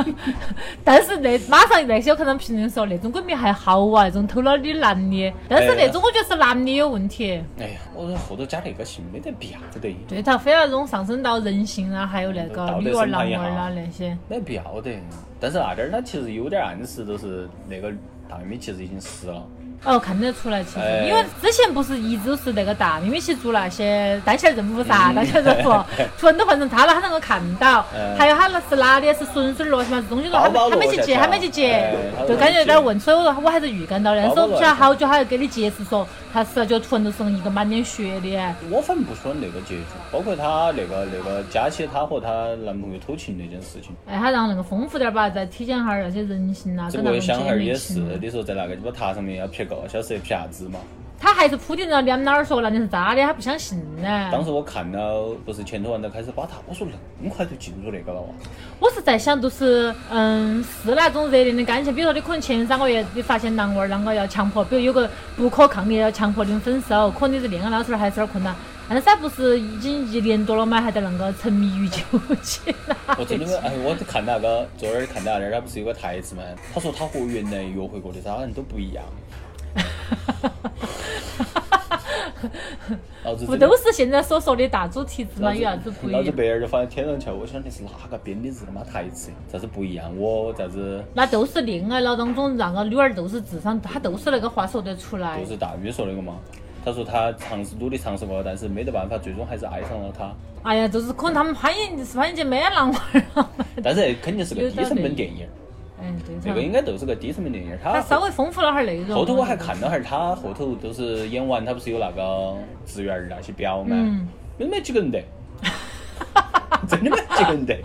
[SPEAKER 2] 但是那马上那些有可能评论说那种闺蜜还好啊，那种偷了你男的。但是那种我觉得是男的有问题，
[SPEAKER 3] 哎呀，我说后头加那个姓没得必要得，
[SPEAKER 2] 对他非要那种上升到人性啊，还有那
[SPEAKER 3] 道
[SPEAKER 2] 个
[SPEAKER 3] 德
[SPEAKER 2] 女娃儿、
[SPEAKER 3] 审
[SPEAKER 2] 男
[SPEAKER 3] 判一
[SPEAKER 2] 娃儿啊
[SPEAKER 3] 下
[SPEAKER 2] 那些。
[SPEAKER 3] 没必要得。但是那点儿他其实有点暗示，就是那个大咪其实已经死了。
[SPEAKER 2] 哦，看得出来，其实
[SPEAKER 3] 哎，
[SPEAKER 2] 因为之前不是一直都是那个大咪咪去做那些单线任务噻，单线任务，
[SPEAKER 3] 嗯
[SPEAKER 2] 全都换成他了，他能够看到
[SPEAKER 3] 哎。
[SPEAKER 2] 还有他那是哪里是顺水落嘛，这东西都还
[SPEAKER 3] 包包
[SPEAKER 2] 没还没
[SPEAKER 3] 落
[SPEAKER 2] 去
[SPEAKER 3] 下
[SPEAKER 2] 接，
[SPEAKER 3] 去
[SPEAKER 2] 还没去
[SPEAKER 3] 哎
[SPEAKER 2] 接
[SPEAKER 3] 他，都
[SPEAKER 2] 就
[SPEAKER 3] 没
[SPEAKER 2] 感觉有
[SPEAKER 3] 接
[SPEAKER 2] 点问，所以我我还是预感到的。但是
[SPEAKER 3] 包
[SPEAKER 2] 我
[SPEAKER 3] 包
[SPEAKER 2] 不晓得
[SPEAKER 3] 落下去
[SPEAKER 2] 好久，他又给你解释说他死了就突然都是一个满脸血的。
[SPEAKER 3] 我反正不喜欢那个结局，包括她那个那个佳琪，她和她男朋友偷情那件事情。
[SPEAKER 2] 哎，他让那个丰富点儿吧，再体检下儿那些人性啊，
[SPEAKER 3] 只
[SPEAKER 2] 跟
[SPEAKER 3] 不
[SPEAKER 2] 那
[SPEAKER 3] 过
[SPEAKER 2] 种
[SPEAKER 3] 想哈
[SPEAKER 2] 姐
[SPEAKER 3] 儿
[SPEAKER 2] 妹
[SPEAKER 3] 也是
[SPEAKER 2] 情啊，。
[SPEAKER 3] 你说在那个鸡巴塔上面要撇个小时，撇啥子嘛？
[SPEAKER 2] 他还是铺垫着两哪儿说那你是渣的，他不相信呢。
[SPEAKER 3] 当时我看了，不是前头完都开始扒塔，我说那么快就进入那个 了哇？
[SPEAKER 2] 我是在想，就是嗯，是那种热恋的感情，比如说你可能前三个月你发现男娃儿啷个要强迫，比如有个不可抗力要强迫你分手，可能你是恋爱脑时候还是有点困难。但是他不是已经一年多了嘛，还在啷个沉迷于纠 结那
[SPEAKER 3] 我真的没有，哎，我看那个昨儿看到那儿，他不是有个台词吗？他说他和原来约会过的渣男都不一样。老子
[SPEAKER 2] 不
[SPEAKER 3] 真的
[SPEAKER 2] 都是现在所说的大主题子嘛？有啥子啊不一
[SPEAKER 3] 老子
[SPEAKER 2] 样？
[SPEAKER 3] 白眼儿就翻天上去了，我想的是哪个编的这他妈台词？啥子不一样？我啥子
[SPEAKER 2] 那都是恋爱脑当中，那个女娃儿都是智商，她都是那个话说得出来
[SPEAKER 3] 就。是大宇说那个嘛？他说他尝试努力尝试过，但是没得办法，最终还是爱上了 他。
[SPEAKER 2] 哎呀，就是可能他们攀岩是攀岩界没男娃儿了嘛。
[SPEAKER 3] 但是肯定是个低成本电影，
[SPEAKER 2] 哎，对
[SPEAKER 3] 那
[SPEAKER 2] 头
[SPEAKER 3] 个。应该都是个低成本电影。他
[SPEAKER 2] 他稍微丰富了哈儿内容。
[SPEAKER 3] 啊后头我还看了哈儿，他后头就是演完，他不是有那个职员儿那些表啊吗？
[SPEAKER 2] 嗯
[SPEAKER 3] 没没几 个人得，真的没几个人得，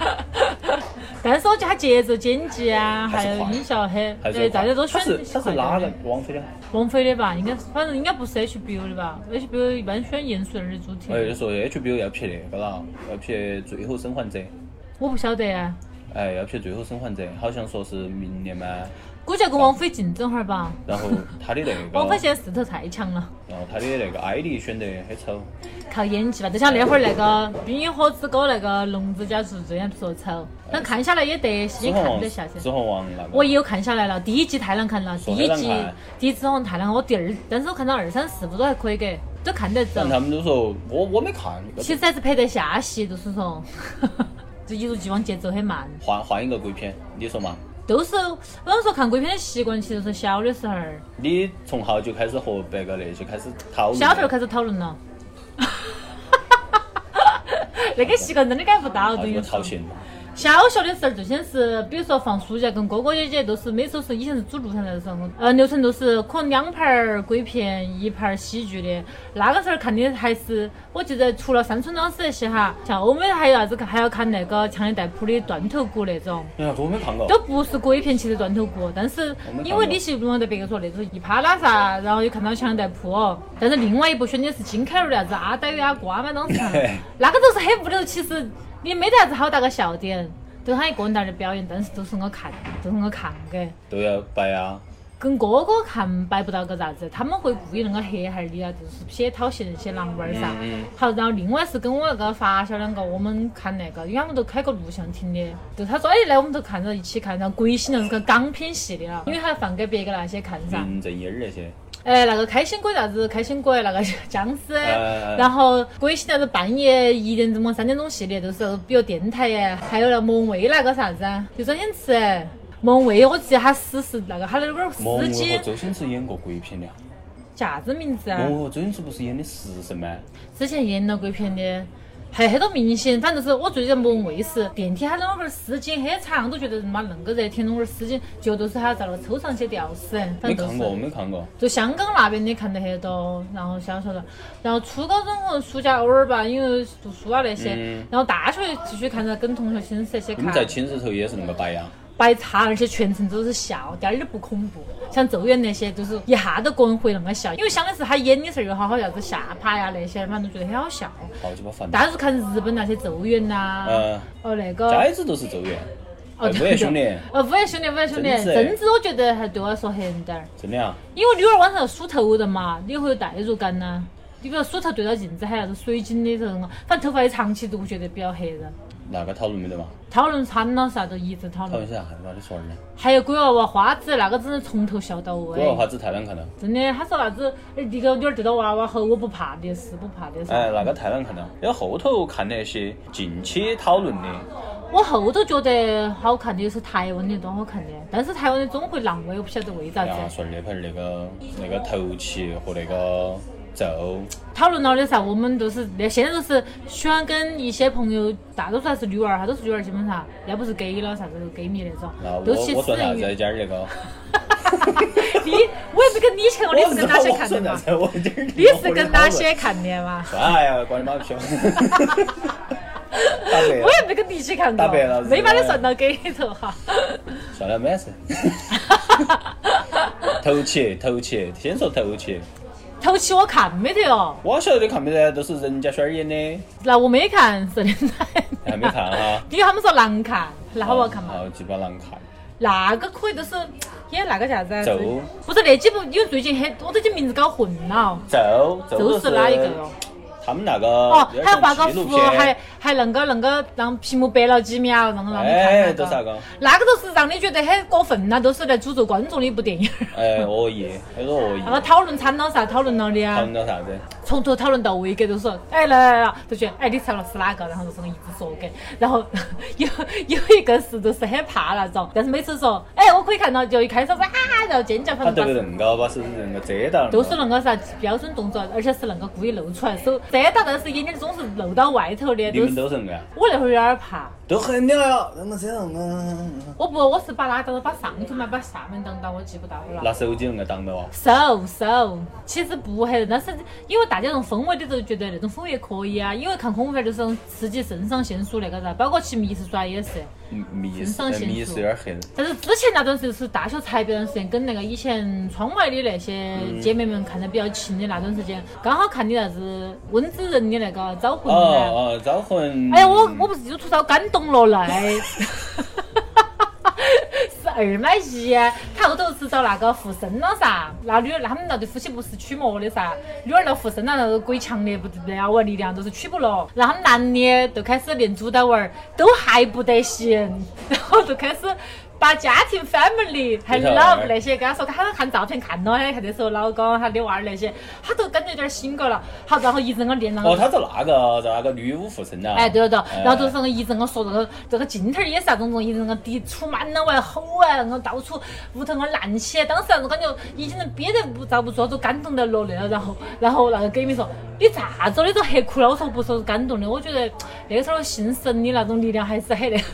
[SPEAKER 2] 但是我觉得它节奏、剪辑啊，
[SPEAKER 3] 还是
[SPEAKER 2] 还有
[SPEAKER 3] 快
[SPEAKER 2] 音效很，
[SPEAKER 3] 还是
[SPEAKER 2] 对，大家都
[SPEAKER 3] 他
[SPEAKER 2] 选
[SPEAKER 3] 是他是哪
[SPEAKER 2] 的
[SPEAKER 3] 个？王菲的？
[SPEAKER 2] 王菲的吧，应该是，反正应该不是 HBO 的吧？HBO 一般选严肃点儿的主题。
[SPEAKER 3] 哎，就说 HBO 要拍那个了，要拍《最后生还者》，
[SPEAKER 2] 我不晓得啊，
[SPEAKER 3] 哎，要拍《最后生还者》，好像说是明年嘛。
[SPEAKER 2] 估计要跟王菲竞争哈儿吧。
[SPEAKER 3] 然后他的那个，
[SPEAKER 2] 王菲现在势头太强了，
[SPEAKER 3] 然后他的那个 ID 选得很丑，
[SPEAKER 2] 靠演技吧，就像那会儿那个《冰与火之歌》那个龙之家族这样说丑，但看下来也得，
[SPEAKER 3] 指
[SPEAKER 2] 也
[SPEAKER 3] 环
[SPEAKER 2] 看
[SPEAKER 3] 王
[SPEAKER 2] 得下去。
[SPEAKER 3] 指环王那个，
[SPEAKER 2] 我也有看下来了，第一集哦太难看了，第
[SPEAKER 3] 说
[SPEAKER 2] 一
[SPEAKER 3] 得
[SPEAKER 2] 集
[SPEAKER 3] 难看
[SPEAKER 2] 第一集好像太难看，我第二，但是我看到二三四部都还可以给，都看得
[SPEAKER 3] 但
[SPEAKER 2] 着。
[SPEAKER 3] 他们都说我我没看，
[SPEAKER 2] 其实还是拍得下戏，就是说， 就一如既往节奏很慢。
[SPEAKER 3] 换换一个鬼片，你说嘛？
[SPEAKER 2] 都是我跟你说看鬼片的习惯，其实是小的时候儿，
[SPEAKER 3] 你从好久开始和别个那些开始讨论？
[SPEAKER 2] 小时候开始讨论了。 那个习惯真的改不到，
[SPEAKER 3] 啊，
[SPEAKER 2] 等
[SPEAKER 3] 这
[SPEAKER 2] 于
[SPEAKER 3] 个
[SPEAKER 2] 说
[SPEAKER 3] 吵。醒。
[SPEAKER 2] 小学的时候儿最先是，比如说放暑假跟哥哥姐姐都是每周是以前是煮六成的时候，呃六成都是可能两盘儿鬼片一盘儿喜剧的。那个时候儿看的还是，我记得除了山村老师那些哈，像欧美的还有啥子看，还要看那个强尼戴普的《断头谷》那种。
[SPEAKER 3] 哎呀，我没看过。
[SPEAKER 2] 都不是鬼片，其实断头谷，但是因为你习惯在别个说那种一趴拉噻，然后又看到强带扑，但是另外一部选的是金凯瑞的啥子啊阿呆与阿瓜嘛，当时那个都是很无聊，其实也没得啥子好大个笑点，都是他一个人在那儿表演，但是都是我看，都是我看的。
[SPEAKER 3] 都要摆啊！
[SPEAKER 2] 跟哥哥看摆不到个啥子，他们会故意恁个黑哈儿你啊，就是些讨嫌那些狼娃儿
[SPEAKER 3] 嗯
[SPEAKER 2] 噻。好，然后另外是跟我那个发小两个，我们看那个，因为他们都开个录像厅的，就他说哎来我们都看着一起看，然后鬼醒了是个港片系的
[SPEAKER 3] 嗯
[SPEAKER 2] 啊，因为他放给别个那些看噻。
[SPEAKER 3] 林正嗯英儿那些，
[SPEAKER 2] 哎，那个开心鬼啥子？开心鬼那个 僵尸，
[SPEAKER 3] 哎哎
[SPEAKER 2] 然后鬼戏那是半夜一点钟、三点钟系列，都是比如电台耶，还有那蒙卫那个啥子啊，就周星驰。蒙卫，我记得他死是那个他那个
[SPEAKER 3] 莫
[SPEAKER 2] 司
[SPEAKER 3] 文蔚
[SPEAKER 2] 机
[SPEAKER 3] 和周星驰演过鬼片的啊。
[SPEAKER 2] 叫啥子名字啊
[SPEAKER 3] 莫？文蔚和周星驰不是演的食神吗？
[SPEAKER 2] 之前演了鬼片的，还很多明显，反正是我最近莫问为是电梯喊了我个丝巾很长，都觉得妈恁个热天弄个丝巾，就都是他遭了抽上去吊死，
[SPEAKER 3] 没
[SPEAKER 2] 反正都
[SPEAKER 3] 看过，
[SPEAKER 2] 是。
[SPEAKER 3] 没看过。
[SPEAKER 2] 就香港那边的看得很多，然后小时候的，然后初高中和暑假偶尔吧，因为读书啊那些，
[SPEAKER 3] 嗯
[SPEAKER 2] 然后大学继续看着跟同学寝室那些
[SPEAKER 3] 你们
[SPEAKER 2] 看，
[SPEAKER 3] 在寝室头也是那个摆呀？
[SPEAKER 2] 摆叉，而且全程都是笑，点儿都不恐怖。像周远那些，就是一下都个人会那么笑，因为相当于是他演的时候又好好啥子下巴呀那些，反正觉得很好笑。
[SPEAKER 3] 好鸡巴烦。
[SPEAKER 2] 大家是看日本那些周远呐，
[SPEAKER 3] 嗯
[SPEAKER 2] 哦那
[SPEAKER 3] 家
[SPEAKER 2] 个。
[SPEAKER 3] 一直都是周远，
[SPEAKER 2] 哦，
[SPEAKER 3] 哎五爷兄弟，
[SPEAKER 2] 哦，五爷兄弟，五爷兄弟，
[SPEAKER 3] 贞子
[SPEAKER 2] 贞子我觉得还对我来说狠点儿，
[SPEAKER 3] 真的啊？
[SPEAKER 2] 因为女儿晚上要梳头的嘛，你会有代入感呐、你比如梳头对到镜子，还有啥子水晶的这种，反正头发一长期都会觉得比较黑人。
[SPEAKER 3] 那个讨论没得嘛？
[SPEAKER 2] 讨论惨了噻，都一直讨
[SPEAKER 3] 讨论
[SPEAKER 2] 论。
[SPEAKER 3] 些啥？那你说点儿呢？
[SPEAKER 2] 还有鬼娃娃花子，那个真是从头笑到尾
[SPEAKER 3] 我。要花子太难看了。
[SPEAKER 2] 真的，他说啥子？哎你个女儿对到娃娃吼，我不怕的，是不怕的噻。
[SPEAKER 3] 哎，那个太难看了。因为后头看那些近期讨论的，
[SPEAKER 2] 我后头觉得好看的是台湾的多好看的，但是台湾的总会烂尾，我不晓得为啥
[SPEAKER 3] 哎
[SPEAKER 2] 子
[SPEAKER 3] 呀，。说那盘儿那个那个头七和那个咒，
[SPEAKER 2] 讨论到的噻，我们都是那现在都是喜欢跟一些朋友，大多数还是女娃儿，她都是女娃儿，基本上要不是 gay 了啥子就 gay 迷那
[SPEAKER 3] 那
[SPEAKER 2] 种，
[SPEAKER 3] 我
[SPEAKER 2] 都起
[SPEAKER 3] 我
[SPEAKER 2] 死
[SPEAKER 3] 算啥
[SPEAKER 2] 于
[SPEAKER 3] 子？今儿那个，
[SPEAKER 2] 你，我也是跟你去，我你是跟哪些
[SPEAKER 3] 我
[SPEAKER 2] 看的
[SPEAKER 3] 算啥
[SPEAKER 2] 嘛？
[SPEAKER 3] 子？我今儿
[SPEAKER 2] 你是跟哪些？看的嘛？
[SPEAKER 3] 哎呀，关你 妈屁！打白了
[SPEAKER 2] 我，也没跟你一起看过
[SPEAKER 3] 打白了，
[SPEAKER 2] 没把你算到 gay 里头哈。
[SPEAKER 3] 算了，没事。头 七，头七，先说头七。
[SPEAKER 2] 头七我看没得哦，
[SPEAKER 3] 我晓得你看没得，都是人家轩儿演的，
[SPEAKER 2] 那我没看，是的。？
[SPEAKER 3] 你啊还没看哈 哦
[SPEAKER 2] 因为他们说难看，那好不好看嘛？
[SPEAKER 3] 好鸡巴难看。
[SPEAKER 2] 那个可以就是演那个啥子啊？
[SPEAKER 3] 走
[SPEAKER 2] 不是那几部，因为最近很，我都已经名字搞混了。
[SPEAKER 3] 走
[SPEAKER 2] 周
[SPEAKER 3] 走
[SPEAKER 2] 是哪一个哟？？
[SPEAKER 3] 他们那个
[SPEAKER 2] 哦
[SPEAKER 3] 有，点
[SPEAKER 2] 还画
[SPEAKER 3] 像
[SPEAKER 2] 个
[SPEAKER 3] 纪录
[SPEAKER 2] 符，
[SPEAKER 3] 片
[SPEAKER 2] 还还恁个恁个让屏幕白了几秒，然后让你看
[SPEAKER 3] 哎
[SPEAKER 2] 那
[SPEAKER 3] 都是那个
[SPEAKER 2] 那个都是让你觉得很过分了，都是在诅咒观众的一部电影。
[SPEAKER 3] 哎，恶意，很多恶意
[SPEAKER 2] 那。个讨论惨了噻，讨论了的
[SPEAKER 3] 讨
[SPEAKER 2] 啊
[SPEAKER 3] 论，到啥子？
[SPEAKER 2] 从头讨论到尾，给都说，哎来来来来，就觉得哎你猜了是哪个，然后就是一直说给，然后有有一个是就是很怕那种，但是每次说，哎我可以看到，就一开始说啊，然后尖叫，
[SPEAKER 3] 他
[SPEAKER 2] 反
[SPEAKER 3] 对
[SPEAKER 2] 正把
[SPEAKER 3] 不对？恁个把手指恁个遮到了。
[SPEAKER 2] 都是那个啥标准动作，而且是恁个故意露出来，手遮到，但是眼睛总是露到外头的，
[SPEAKER 3] 你
[SPEAKER 2] 都
[SPEAKER 3] 们
[SPEAKER 2] 是。
[SPEAKER 3] 都是恁个呀？
[SPEAKER 2] 我那会儿有点儿怕，
[SPEAKER 3] 都很了了，恁个这样啊？
[SPEAKER 2] 我不，我是把哪当把上头嘛，把下面当当，我记不到了。
[SPEAKER 3] 拿手机恁个挡到啊？
[SPEAKER 2] 手手，其实不黑，但是因为大家这种氛围里头觉得那种氛围可以啊，因为看恐怖片就是那种刺激肾上腺素那个噻，包括去密室耍也是。
[SPEAKER 3] 嗯迷
[SPEAKER 2] 很
[SPEAKER 3] 失，
[SPEAKER 2] 上
[SPEAKER 3] 哎
[SPEAKER 2] 心
[SPEAKER 3] 迷
[SPEAKER 2] 术
[SPEAKER 3] 失有点黑。
[SPEAKER 2] 但是之前那段时间是大学才那段时间，跟那个以前窗外的那些姐妹们看得比较勤的那段时间，刚好看的啥子温子仁的那个《招魂》啊呢。
[SPEAKER 3] 哦哦，招魂。
[SPEAKER 2] 嗯哎呀，我我不是就吐槽感动落泪， 是二买一，他后头是找那个附身了噻，那女儿那他们那对夫妻不是驱魔的噻，女儿那附身了，那个鬼强的不得了，啊我力量都是驱不落，然后他们男的就开始练主导玩儿，都还不得行， 然后就开始。把家庭、family 还有
[SPEAKER 3] 对头
[SPEAKER 2] love 那些，跟他说，他看照片看哎了，他看的时候老公、他的娃儿那些，他都感觉有点醒过了。好，然后一阵个练，然后
[SPEAKER 3] 哦，他在那个在那个女巫附身呐。
[SPEAKER 2] 哎，对了对了，
[SPEAKER 3] 哎
[SPEAKER 2] 然后就是那个一阵我说这个这个镜头儿也是那种种一阵个滴出满了外吼啊，那个到处屋头个烂起，当时那种感觉已经是憋得不遭不住，都感动得落泪了。然后然后那个闺蜜说：“你咋子了？你都吓哭了？”我说：“不是感动的，我觉得那个时候信神的那 种力量还是很那个。”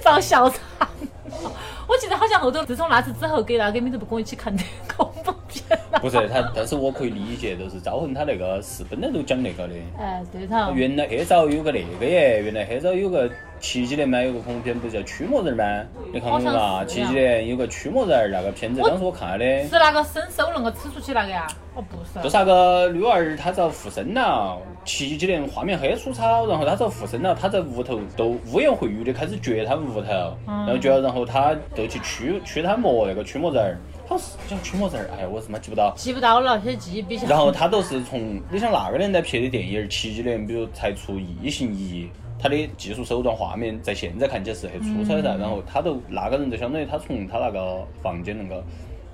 [SPEAKER 2] 遭笑惨了。我记得好像后头自从那次之后，给那个闺蜜都不跟我一起看这个恐怖片了。
[SPEAKER 3] 不是他，但是我可以理解，就是招魂他那个是本来都讲那个的。
[SPEAKER 2] 哎，对头。
[SPEAKER 3] 原来很早有个那个耶，原来很早有个七几年嘛，有个恐怖片不叫《驱魔人》吗？你看过
[SPEAKER 2] 好像
[SPEAKER 3] 嘛？
[SPEAKER 2] 是这
[SPEAKER 3] 七
[SPEAKER 2] 样
[SPEAKER 3] 几年有个《驱魔人》那个片子，
[SPEAKER 2] 我
[SPEAKER 3] 当时我看的，
[SPEAKER 2] 是那个伸手那个吃出去那个呀？哦，不是。
[SPEAKER 3] 就是那个女娃儿她遭附身了，七几年画面很粗糙，然后她遭附身了，她在屋头都污言秽语的开始撅他们屋头，然后撅，然后她就去驱驱他魔那个驱魔人儿，好像是叫驱魔人儿，哎呀，我他妈记不到。
[SPEAKER 2] 记不到了，现在记忆比较。
[SPEAKER 3] 然后他都是从你想那个年代拍的电影儿，七几年，比如才出《异形一》，他的技术手段、画面在现在看起来是很粗糙的
[SPEAKER 2] 嗯
[SPEAKER 3] 噻。然后他都那个人就相当于他从他那个房间那个，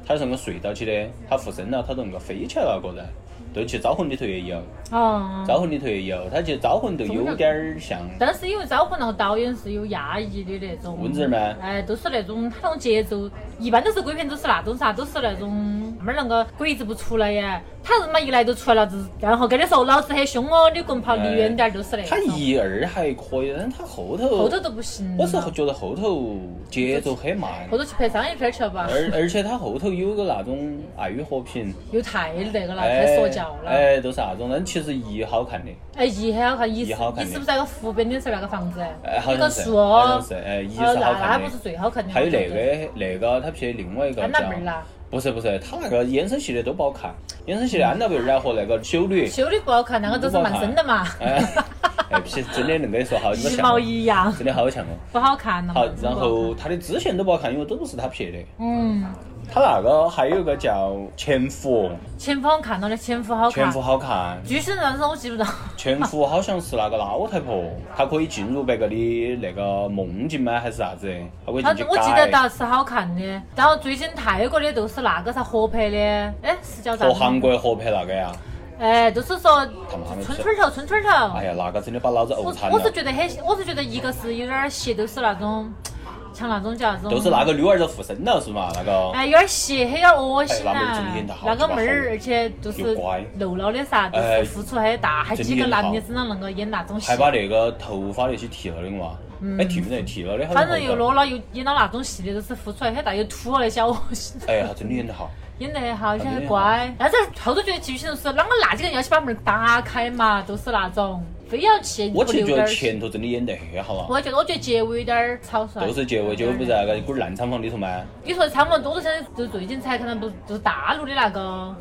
[SPEAKER 3] 他是那个隧道起的，他附身了，他都能够飞起来了个人。对，其实《招魂》里头也有，
[SPEAKER 2] 嗯。
[SPEAKER 3] 《招魂》里头也有，他其实《招魂》都有点儿像
[SPEAKER 2] 但是因为招魂那个导演是有压抑的那种。
[SPEAKER 3] 温子仁吗
[SPEAKER 2] 哎，都是那种他那种节奏，一般都是鬼片，都是那种啥，都是那种妹儿那个鬼一直不出来耶，他日妈一来就出来了，就是然后跟你说老子很凶哦，你滚跑离远点儿，就是那
[SPEAKER 3] 他
[SPEAKER 2] 种。
[SPEAKER 3] 一二还可以，但是他后头
[SPEAKER 2] 嗯后头都不行了。啊
[SPEAKER 3] 我是觉得后头节奏很慢
[SPEAKER 2] 后，头去拍商业片儿去了吧？
[SPEAKER 3] 而而且他后头有个那种爱与和平，
[SPEAKER 2] 又太那个了，
[SPEAKER 3] 哎
[SPEAKER 2] 太说教了。
[SPEAKER 3] 哎，都是那种，但其实一好看的，
[SPEAKER 2] 哎，一很好看，一
[SPEAKER 3] 一
[SPEAKER 2] 是
[SPEAKER 3] 好看
[SPEAKER 2] 一
[SPEAKER 3] 的
[SPEAKER 2] 是不是那个湖边的时候那个房子？
[SPEAKER 3] 哎，好
[SPEAKER 2] 那个
[SPEAKER 3] 像是，
[SPEAKER 2] 树
[SPEAKER 3] 好像
[SPEAKER 2] 哦。
[SPEAKER 3] 是，哎，一是
[SPEAKER 2] 哦，那
[SPEAKER 3] 好
[SPEAKER 2] 那
[SPEAKER 3] 看
[SPEAKER 2] 不
[SPEAKER 3] 的
[SPEAKER 2] 是。最好看的。
[SPEAKER 3] 还有
[SPEAKER 2] 我觉
[SPEAKER 3] 那
[SPEAKER 2] 得。
[SPEAKER 3] 个那个，他拍另外一个
[SPEAKER 2] 安娜贝尔
[SPEAKER 3] 叫
[SPEAKER 2] 啦，
[SPEAKER 3] 不是不是，他那个衍生系列都不好看，衍生系
[SPEAKER 2] 嗯
[SPEAKER 3] 列安娜贝尔啊和那个修 女，
[SPEAKER 2] 修的不好看，那个都是蛮深的嘛，
[SPEAKER 3] 哎，哎，其实真的恁个说好，你们
[SPEAKER 2] 一
[SPEAKER 3] 像哦
[SPEAKER 2] 毛一样，
[SPEAKER 3] 真的好像哦。
[SPEAKER 2] 不好看了嘛
[SPEAKER 3] 好，
[SPEAKER 2] 真的嗯
[SPEAKER 3] 然
[SPEAKER 2] 不好看
[SPEAKER 3] 后他的支线都不好看，因为都不是他拍的。
[SPEAKER 2] 嗯，
[SPEAKER 3] 他那个还有个叫《潜伏》，
[SPEAKER 2] 前夫好看到的前夫好
[SPEAKER 3] 《潜
[SPEAKER 2] 看
[SPEAKER 3] 伏》，好看，
[SPEAKER 2] 具体但是我记不到。
[SPEAKER 3] 《潜伏》好像是那个老太婆，她可以进入别个的那个梦境吗？还是啥子？她可以
[SPEAKER 2] 他
[SPEAKER 3] 进去
[SPEAKER 2] 我记得
[SPEAKER 3] 改。
[SPEAKER 2] 到是好看的，然后最近泰国的都是那个啥合拍的，哎，是叫啥
[SPEAKER 3] 和
[SPEAKER 2] 子？
[SPEAKER 3] 韩国合拍那个呀，
[SPEAKER 2] 哎，就是说
[SPEAKER 3] 妈的
[SPEAKER 2] 村村头，村村头。
[SPEAKER 3] 哎呀，那个真的把老子
[SPEAKER 2] 我
[SPEAKER 3] 怄惨
[SPEAKER 2] 我是
[SPEAKER 3] 了。
[SPEAKER 2] 觉得很，我是觉得一个是有点儿邪，都是那种像那种叫啥子？
[SPEAKER 3] 都是那个女儿都附身了是嘛？那个
[SPEAKER 2] 哎，有点邪，很有点恶心
[SPEAKER 3] 哦哎那妹儿真的
[SPEAKER 2] 呐那
[SPEAKER 3] 很大。
[SPEAKER 2] 个妹儿，而且就是
[SPEAKER 3] 又乖
[SPEAKER 2] 露了的啥，就
[SPEAKER 3] 哎
[SPEAKER 2] 是付出很大，还几
[SPEAKER 3] 真的
[SPEAKER 2] 个
[SPEAKER 3] 很好
[SPEAKER 2] 男的只能恁个演那种戏
[SPEAKER 3] 还，把那个头发那些剃了的嘛？哎，剃没得，剃了的
[SPEAKER 2] 嗯
[SPEAKER 3] 好像
[SPEAKER 2] 反
[SPEAKER 3] 后
[SPEAKER 2] 正又
[SPEAKER 3] 头
[SPEAKER 2] 裸了又演到那种戏的，都是付出很大，又秃了的小恶 心，
[SPEAKER 3] 哎，他真的演 得好。
[SPEAKER 2] 演得很好，而且
[SPEAKER 3] 真的
[SPEAKER 2] 还
[SPEAKER 3] 很
[SPEAKER 2] 乖。但是后头觉得剧情就是啷个那几个人要去把门儿打啊开嘛，都是那种非要去不
[SPEAKER 3] 我其实
[SPEAKER 2] 留
[SPEAKER 3] 觉
[SPEAKER 2] 点
[SPEAKER 3] 得
[SPEAKER 2] 儿。
[SPEAKER 3] 前头真的演得很好啊，
[SPEAKER 2] 我觉得我觉得结尾有点儿草率。
[SPEAKER 3] 就是结尾结尾不是那个一股烂厂房里头吗？
[SPEAKER 2] 你说他们多多少少就是最近才看到不就是大陆的那个，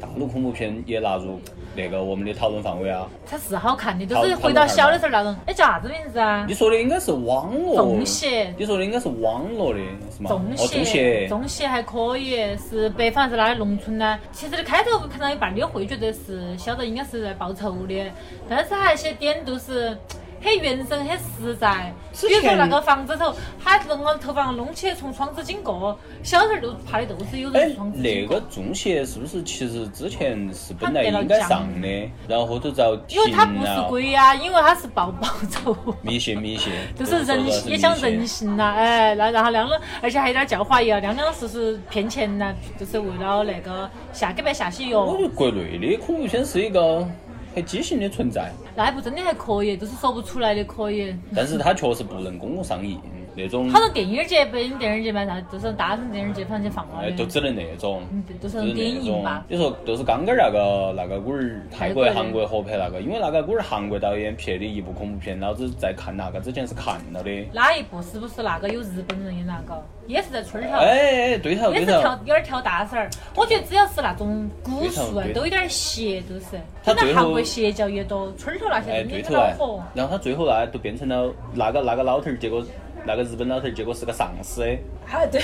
[SPEAKER 3] 大陆恐怖片也纳入那个我们的讨论范围啊。
[SPEAKER 2] 它是好看的，都是回到小的时候那种。哎，叫啥子名字啊
[SPEAKER 3] 你？说的应该是网络
[SPEAKER 2] 中，邪，
[SPEAKER 3] 你说的应该是网络的是吗？
[SPEAKER 2] 中
[SPEAKER 3] 哦，中
[SPEAKER 2] 邪，
[SPEAKER 3] 邪，
[SPEAKER 2] 中邪还可以，是北方还是哪里农村呢？其实你开头看到一半，你会觉得是晓得应该是在报仇的，但是还有一些点都是。很原生，很实在。
[SPEAKER 3] 之
[SPEAKER 2] 比如说
[SPEAKER 3] 前
[SPEAKER 2] 那个房子头，他那个头发弄起从窗子经过，小时候就怕的都是有人
[SPEAKER 3] 哎
[SPEAKER 2] 从窗，子
[SPEAKER 3] 那
[SPEAKER 2] 经过。
[SPEAKER 3] 个中邪是不是其实之前是本
[SPEAKER 2] 他
[SPEAKER 3] 来
[SPEAKER 2] 得了
[SPEAKER 3] 应该
[SPEAKER 2] 奖
[SPEAKER 3] 上的，然后后头遭
[SPEAKER 2] 因为
[SPEAKER 3] 停
[SPEAKER 2] 他不是
[SPEAKER 3] 了？
[SPEAKER 2] 鬼呀、因为他是报报仇，
[SPEAKER 3] 迷信迷信，
[SPEAKER 2] 就是人性，也
[SPEAKER 3] 讲
[SPEAKER 2] 讲人性呐、哎，然然后亮亮，而且还有点教化一样，亮亮是是骗钱呐、就是为了那个下给别下洗
[SPEAKER 3] 我觉
[SPEAKER 2] 哟，
[SPEAKER 3] 得国内的恐怖片是一个很畸形的存在，
[SPEAKER 2] 那还不真的还可以，就是说不出来的可以。
[SPEAKER 3] 但是它确实不能公共上映那种
[SPEAKER 2] 好，多电影节、北京电影节嘛，啥就是大城电影节反正去放了
[SPEAKER 3] 哎，就
[SPEAKER 2] 的，
[SPEAKER 3] 只能那种。
[SPEAKER 2] 嗯，对就是
[SPEAKER 3] 就是
[SPEAKER 2] 电
[SPEAKER 3] 那
[SPEAKER 2] 影
[SPEAKER 3] 种
[SPEAKER 2] 嘛，。
[SPEAKER 3] 你说就是刚刚那个那个龟儿泰国
[SPEAKER 2] 泰国的
[SPEAKER 3] 韩国合拍那个，因为那个龟儿韩国导演拍的一部恐怖片，老子在看那个之前是看了的。
[SPEAKER 2] 哪一部是不是那个有日本人演那个？也是在村儿头。
[SPEAKER 3] 哎哎，对头
[SPEAKER 2] 也
[SPEAKER 3] 对
[SPEAKER 2] 是挑
[SPEAKER 3] 头，
[SPEAKER 2] 有点挑大婶儿，我觉得只要是那种古树啊
[SPEAKER 3] 对头对头
[SPEAKER 2] 都有点邪，都是。
[SPEAKER 3] 他
[SPEAKER 2] 现
[SPEAKER 3] 最
[SPEAKER 2] 在
[SPEAKER 3] 后
[SPEAKER 2] 韩国邪教也多，村儿头那
[SPEAKER 3] 哎
[SPEAKER 2] 些
[SPEAKER 3] 对
[SPEAKER 2] 真的
[SPEAKER 3] 头
[SPEAKER 2] 老
[SPEAKER 3] 哎
[SPEAKER 2] 火。。
[SPEAKER 3] 然后他最后呢，就变成了那个那个老头儿，结果那个日本老头儿结果是个丧尸。哎
[SPEAKER 2] 还啊有对。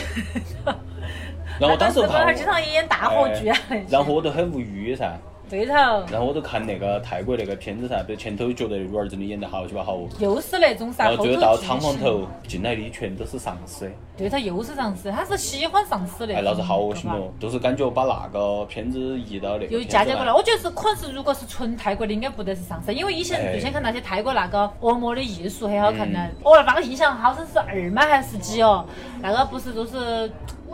[SPEAKER 3] 然后我当时我看
[SPEAKER 2] 他经常也演大火剧啊。
[SPEAKER 3] 哎然后我都很无语噻，
[SPEAKER 2] 对头，
[SPEAKER 3] 然后我都看那个泰国那个片子噻，比如前头觉得女儿真的演得好，鸡巴好哦，
[SPEAKER 2] 又是那种啥
[SPEAKER 3] 然
[SPEAKER 2] 后
[SPEAKER 3] 后
[SPEAKER 2] 头
[SPEAKER 3] 最后到
[SPEAKER 2] 剧
[SPEAKER 3] 厂房
[SPEAKER 2] 情。
[SPEAKER 3] 头进来的全都是丧尸。
[SPEAKER 2] 对头，又是上司，他是喜欢上司的。
[SPEAKER 3] 哎，老子好恶心
[SPEAKER 2] 对吧
[SPEAKER 3] 哦！就是感觉把那个片子移到那个
[SPEAKER 2] 又
[SPEAKER 3] 片子
[SPEAKER 2] 嫁接过来，
[SPEAKER 3] 来，
[SPEAKER 2] 我觉得是可能是如果是纯泰国的，应该不得是上身，因为以前
[SPEAKER 3] 哎
[SPEAKER 2] 最先看那些泰国那个恶魔的艺术很好看的，
[SPEAKER 3] 嗯
[SPEAKER 2] 我那个印象好像是二吗还是几哦，那个不是就是。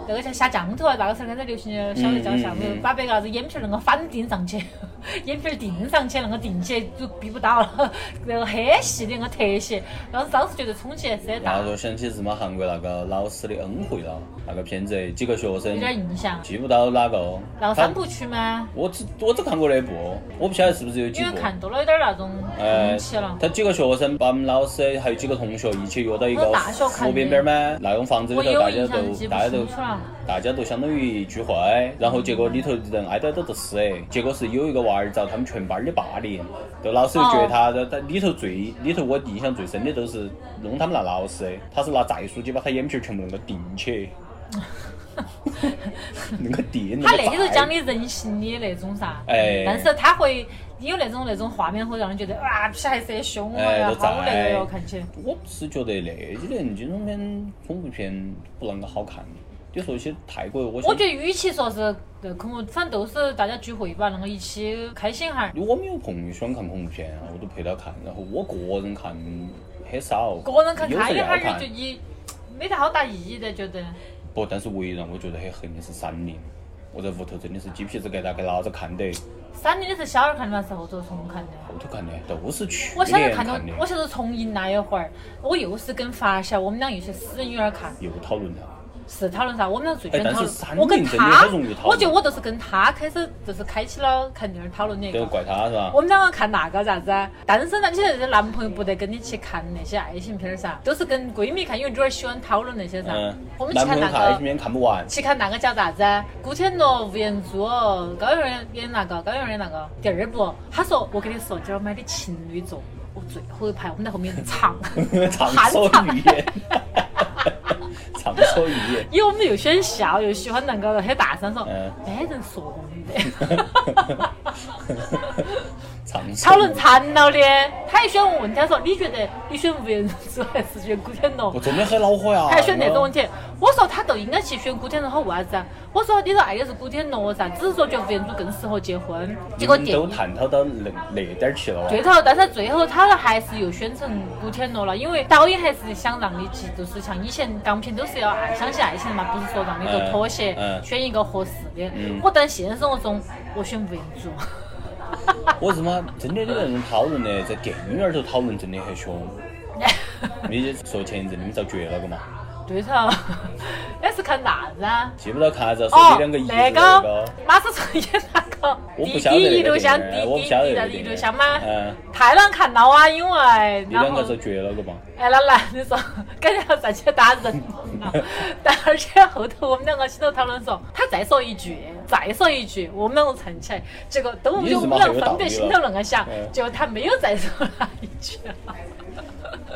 [SPEAKER 2] 那个叫下降头啊，那个时候刚才流行的晓得叫啥子
[SPEAKER 3] 嗯嗯嗯，
[SPEAKER 2] 把别个啥子眼皮儿那个反钉上去， 眼皮儿钉上去，那个钉起就逼不到了，那个很细的那个特写，然后当时觉得冲击还是很
[SPEAKER 3] 然
[SPEAKER 2] 大
[SPEAKER 3] 后，就想起日妈韩国那个老师的恩惠了，那个片子哎几个学
[SPEAKER 2] 有
[SPEAKER 3] 生，
[SPEAKER 2] 点印象。
[SPEAKER 3] 记不到哪个，哦
[SPEAKER 2] 然后
[SPEAKER 3] 他
[SPEAKER 2] 三部曲吗？
[SPEAKER 3] 我只我只看过那一部，我不晓得是不是有几
[SPEAKER 2] 因为
[SPEAKER 3] 部。
[SPEAKER 2] 看多了有点那种
[SPEAKER 3] 哎
[SPEAKER 2] 风气了，。
[SPEAKER 3] 他几个学生把我们老师还有几个同学一起约到一个
[SPEAKER 2] 我大学看的
[SPEAKER 3] 湖边边儿吗？那种房子里
[SPEAKER 2] 我
[SPEAKER 3] 头，
[SPEAKER 2] 有
[SPEAKER 3] 大家
[SPEAKER 2] 印象，
[SPEAKER 3] 都
[SPEAKER 2] 记不
[SPEAKER 3] 大家都
[SPEAKER 2] 清楚了。
[SPEAKER 3] 大家都相当于聚会，然后结果里头人挨到都都死哎，结果是有一个娃儿遭他们全班儿的霸凌，就老师就觉得
[SPEAKER 2] 哦
[SPEAKER 3] 他，他里头最里头我印象最深的都是弄他们那老师，他是拿寨书机把他眼皮儿全部能够钉 起，能够钉，
[SPEAKER 2] 他那
[SPEAKER 3] 能够
[SPEAKER 2] 里头讲
[SPEAKER 3] 寨
[SPEAKER 2] 的人性的那种噻，
[SPEAKER 3] 哎
[SPEAKER 2] 但是他会有那种那种画面会让人觉得哇，皮还是很凶哦
[SPEAKER 3] 哎
[SPEAKER 2] 呀
[SPEAKER 3] 都，
[SPEAKER 2] 好那个
[SPEAKER 3] 在
[SPEAKER 2] 哟，看起。
[SPEAKER 3] 我是觉得那几年惊悚片、恐怖片不啷个好看。你说一些泰国，我
[SPEAKER 2] 我
[SPEAKER 3] 我
[SPEAKER 2] 觉得与其说是呃恐怖，反正都是大家聚会吧，啷个一起开心哈儿。
[SPEAKER 3] 我没有朋友喜欢看恐怖片啊，我都陪他看，然后我个人看很少，
[SPEAKER 2] 个人看
[SPEAKER 3] 有时
[SPEAKER 2] 开
[SPEAKER 3] 候
[SPEAKER 2] 一
[SPEAKER 3] 要
[SPEAKER 2] 哈儿就
[SPEAKER 3] 看
[SPEAKER 2] 觉得。也没得好大意义的，觉得。
[SPEAKER 3] 不，但是唯一让我觉得很黑的是《闪灵》，我在屋头真的是鸡皮子疙瘩给老子看的，
[SPEAKER 2] 三年的是小孩看的吗？还是后头重看的？
[SPEAKER 3] 后头看的都是去
[SPEAKER 2] 我小时
[SPEAKER 3] 年
[SPEAKER 2] 候看
[SPEAKER 3] 看
[SPEAKER 2] 到
[SPEAKER 3] 的，，
[SPEAKER 2] 我小时候重映那一会儿，我又是跟发小，我们俩又去死人院儿看，
[SPEAKER 3] 又讨论啊了。
[SPEAKER 2] 是讨论啥？我们俩最喜
[SPEAKER 3] 哎
[SPEAKER 2] 欢
[SPEAKER 3] 但
[SPEAKER 2] 讨
[SPEAKER 3] 是
[SPEAKER 2] 论
[SPEAKER 3] 三。
[SPEAKER 2] 我跟
[SPEAKER 3] 零真的
[SPEAKER 2] 他
[SPEAKER 3] 很容易讨，论
[SPEAKER 2] 我觉得我都是跟他开始，就是开启了看电影讨论的一
[SPEAKER 3] 都
[SPEAKER 2] 个。
[SPEAKER 3] 怪他是吧？
[SPEAKER 2] 我们两个看那个啥子啊？单身男女的男朋友不得跟你去看那些爱情片儿噻，都是跟闺蜜看，因为女儿喜欢讨论那些噻。
[SPEAKER 3] 嗯
[SPEAKER 2] 我，们去看
[SPEAKER 3] 男朋友
[SPEAKER 2] 那
[SPEAKER 3] 看爱
[SPEAKER 2] 个
[SPEAKER 3] 情。片看不完，
[SPEAKER 2] 去看那个叫啥子？古天乐、吴彦祖、高圆圆演那个，高圆圆演那个第二部。他说：“我跟你说，今儿买的情侣座，我最后一排，我们在后面唱，
[SPEAKER 3] 畅
[SPEAKER 2] 喊
[SPEAKER 3] 所
[SPEAKER 2] 唱。
[SPEAKER 3] 欲 言，畅所欲言。
[SPEAKER 2] 因为我们又喜欢笑，又喜欢那个很大声说，
[SPEAKER 3] 嗯
[SPEAKER 2] 没人说我们 的。
[SPEAKER 3] 畅所欲言
[SPEAKER 2] 讨论残了的，他也喜欢问问题，他说：“你觉得你选吴彦祖还是选古天乐
[SPEAKER 3] 我？”真的很恼火呀！
[SPEAKER 2] 还选那种问
[SPEAKER 3] 题，
[SPEAKER 2] 题，我说他都应该去选古天乐，好为啥子啊？我说你说爱的是古天乐噻，只是说觉得吴彦祖更适合结婚。结果
[SPEAKER 3] 你
[SPEAKER 2] 电
[SPEAKER 3] 们都
[SPEAKER 2] 影
[SPEAKER 3] 探讨到那那点儿去了。啊
[SPEAKER 2] 对头，但是最后他还是又选成古天乐了，因为导演还是想让你去，就是像以前港片都是要爱相信爱情的嘛，不是说让你就妥协，
[SPEAKER 3] 嗯嗯
[SPEAKER 2] 选一个合适的。
[SPEAKER 3] 嗯
[SPEAKER 2] 我但现实生活中，我选吴彦祖。嗯
[SPEAKER 3] 我日妈，真的你那种讨论呢，在电影院儿头讨论真的很凶。你说前一阵你们遭绝了个嘛？
[SPEAKER 2] 对头，哦那是看啥子啊？
[SPEAKER 3] 记不到看啥子，说
[SPEAKER 2] 哦
[SPEAKER 3] 你两个一，直
[SPEAKER 2] 那
[SPEAKER 3] 那
[SPEAKER 2] 个
[SPEAKER 3] 个，
[SPEAKER 2] 马思纯演那个
[SPEAKER 3] 我不
[SPEAKER 2] 滴
[SPEAKER 3] 晓得那
[SPEAKER 2] 滴
[SPEAKER 3] 个
[SPEAKER 2] 一炷香，
[SPEAKER 3] 电
[SPEAKER 2] 滴
[SPEAKER 3] 影我不
[SPEAKER 2] 滴
[SPEAKER 3] 晓得
[SPEAKER 2] 滴
[SPEAKER 3] 那
[SPEAKER 2] 的
[SPEAKER 3] 个
[SPEAKER 2] 一
[SPEAKER 3] 电
[SPEAKER 2] 炷
[SPEAKER 3] 影
[SPEAKER 2] 香吗？
[SPEAKER 3] 嗯，
[SPEAKER 2] 太难看了啊，因为
[SPEAKER 3] 你
[SPEAKER 2] 然
[SPEAKER 3] 两
[SPEAKER 2] 后
[SPEAKER 3] 个遭绝了个嘛？
[SPEAKER 2] 哎，那男的说，感觉要站起来打人了。但而且后头我们两个起头讨论说，他再说一句，再说一句，我们两个站起来。结果等我们
[SPEAKER 3] 你
[SPEAKER 2] 就
[SPEAKER 3] 日
[SPEAKER 2] 我
[SPEAKER 3] 妈
[SPEAKER 2] 们
[SPEAKER 3] 还
[SPEAKER 2] 俩
[SPEAKER 3] 有道
[SPEAKER 2] 分
[SPEAKER 3] 理
[SPEAKER 2] 别
[SPEAKER 3] 了
[SPEAKER 2] 心头那个想
[SPEAKER 3] 嗯，
[SPEAKER 2] 结果他没有再说那一句了。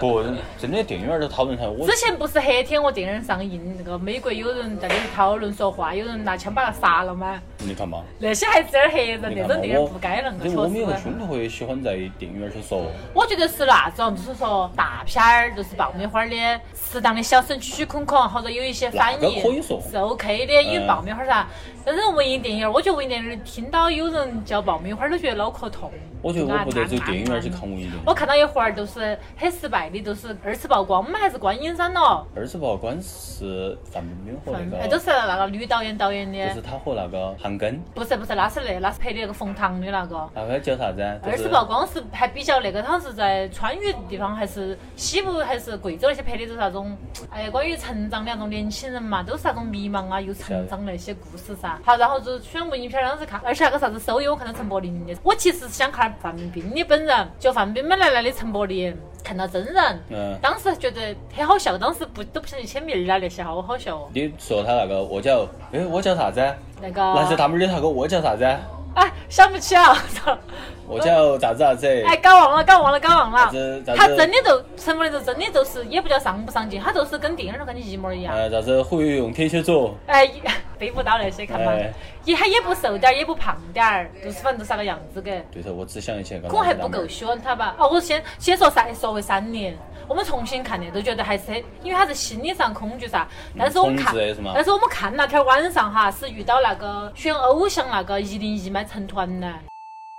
[SPEAKER 3] 不，真的电影院儿头讨论啥？我
[SPEAKER 2] 之前不呃是黑天鹅电影上映，那个美国有人在那里讨论说话，有人拿枪把他杀了吗？
[SPEAKER 3] 你看嘛，
[SPEAKER 2] 那些还是有点吓人，
[SPEAKER 3] 你
[SPEAKER 2] 那
[SPEAKER 3] 看嘛
[SPEAKER 2] 种，电影
[SPEAKER 3] 我
[SPEAKER 2] 不该那个
[SPEAKER 3] 因为我
[SPEAKER 2] 确
[SPEAKER 3] 们有个
[SPEAKER 2] 实。
[SPEAKER 3] 兄弟伙喜欢在电影院儿头说，
[SPEAKER 2] 我觉得是那种，就是说大片儿，就是爆米花儿的，适当的小声曲曲孔孔，或者有一些反
[SPEAKER 3] 那个
[SPEAKER 2] 应
[SPEAKER 3] 可以说
[SPEAKER 2] 是 OK 的，因
[SPEAKER 3] 嗯
[SPEAKER 2] 为爆米花儿噻。但是文艺电影儿，我觉得文艺电影儿听到有人叫爆米花儿都觉得脑壳痛。
[SPEAKER 3] 我觉得我不得走
[SPEAKER 2] 就那
[SPEAKER 3] 电影院儿去看文艺电影
[SPEAKER 2] 我。看到一会儿都是很失败的，都是二次曝光嘛，还是观影山了，
[SPEAKER 3] 二次曝光是范冰冰和
[SPEAKER 2] 嗯
[SPEAKER 3] 那
[SPEAKER 2] 哎，都
[SPEAKER 3] 个，
[SPEAKER 2] 是那个女导演导演
[SPEAKER 3] 就是
[SPEAKER 2] 的，
[SPEAKER 3] 他和那个韩庚，
[SPEAKER 2] 不是不是，那是那那是拍的那个冯唐的那个。
[SPEAKER 3] 那个叫啥子啊？
[SPEAKER 2] 二
[SPEAKER 3] 就
[SPEAKER 2] 次
[SPEAKER 3] 是
[SPEAKER 2] 曝光是还比较那个，好像是在川渝地方，还是西部，还是贵州那些拍的都是那种，哎，关于成长的那种年轻人嘛，都是那种迷茫啊，又成长那些故事噻。好，然后就选文艺片儿，当时看，而且那个啥子收益，我看到陈柏霖的，我其实是想看范冰冰的本人，就范冰冰来来的陈柏霖，看到真人，
[SPEAKER 3] 嗯
[SPEAKER 2] 当时觉得很好笑，当时不都不想去签名儿啊那些，好好笑哦。
[SPEAKER 3] 你说他那个我叫，哎，我叫啥子啊？
[SPEAKER 2] 那
[SPEAKER 3] 蓝色
[SPEAKER 2] 个，
[SPEAKER 3] 大妹儿的那个我叫啥子啊？
[SPEAKER 2] 哎，想不起了，操
[SPEAKER 3] 我叫啥子啥子？
[SPEAKER 2] 哎，搞忘了，搞忘了，搞忘
[SPEAKER 3] 啥
[SPEAKER 2] 了。
[SPEAKER 3] 子啥
[SPEAKER 2] 他真的
[SPEAKER 3] 子？
[SPEAKER 2] 就陈柏霖就真的就是也不叫上不上镜，他就是跟电影上感觉一模一样。
[SPEAKER 3] 呃，啥子会游泳、天蝎座？
[SPEAKER 2] 哎， 背不到那些看嘛
[SPEAKER 3] 哎，
[SPEAKER 2] 也他也不瘦点儿，也不胖点儿，就是反正就是那个样子给。
[SPEAKER 3] 对头，我只想一起那个
[SPEAKER 2] 可能还
[SPEAKER 3] 蓝色
[SPEAKER 2] 不
[SPEAKER 3] 大妹
[SPEAKER 2] 够
[SPEAKER 3] 儿。
[SPEAKER 2] 喜欢他吧？哦，我先先说三，说回三年，我们重新看的都觉得还是很，因为他是心理上恐惧噻。但是我们看
[SPEAKER 3] 嗯控制的是吗，
[SPEAKER 2] 但是我们看那天晚上哈，是遇到那个选偶像那个一零一嘛，成团呢。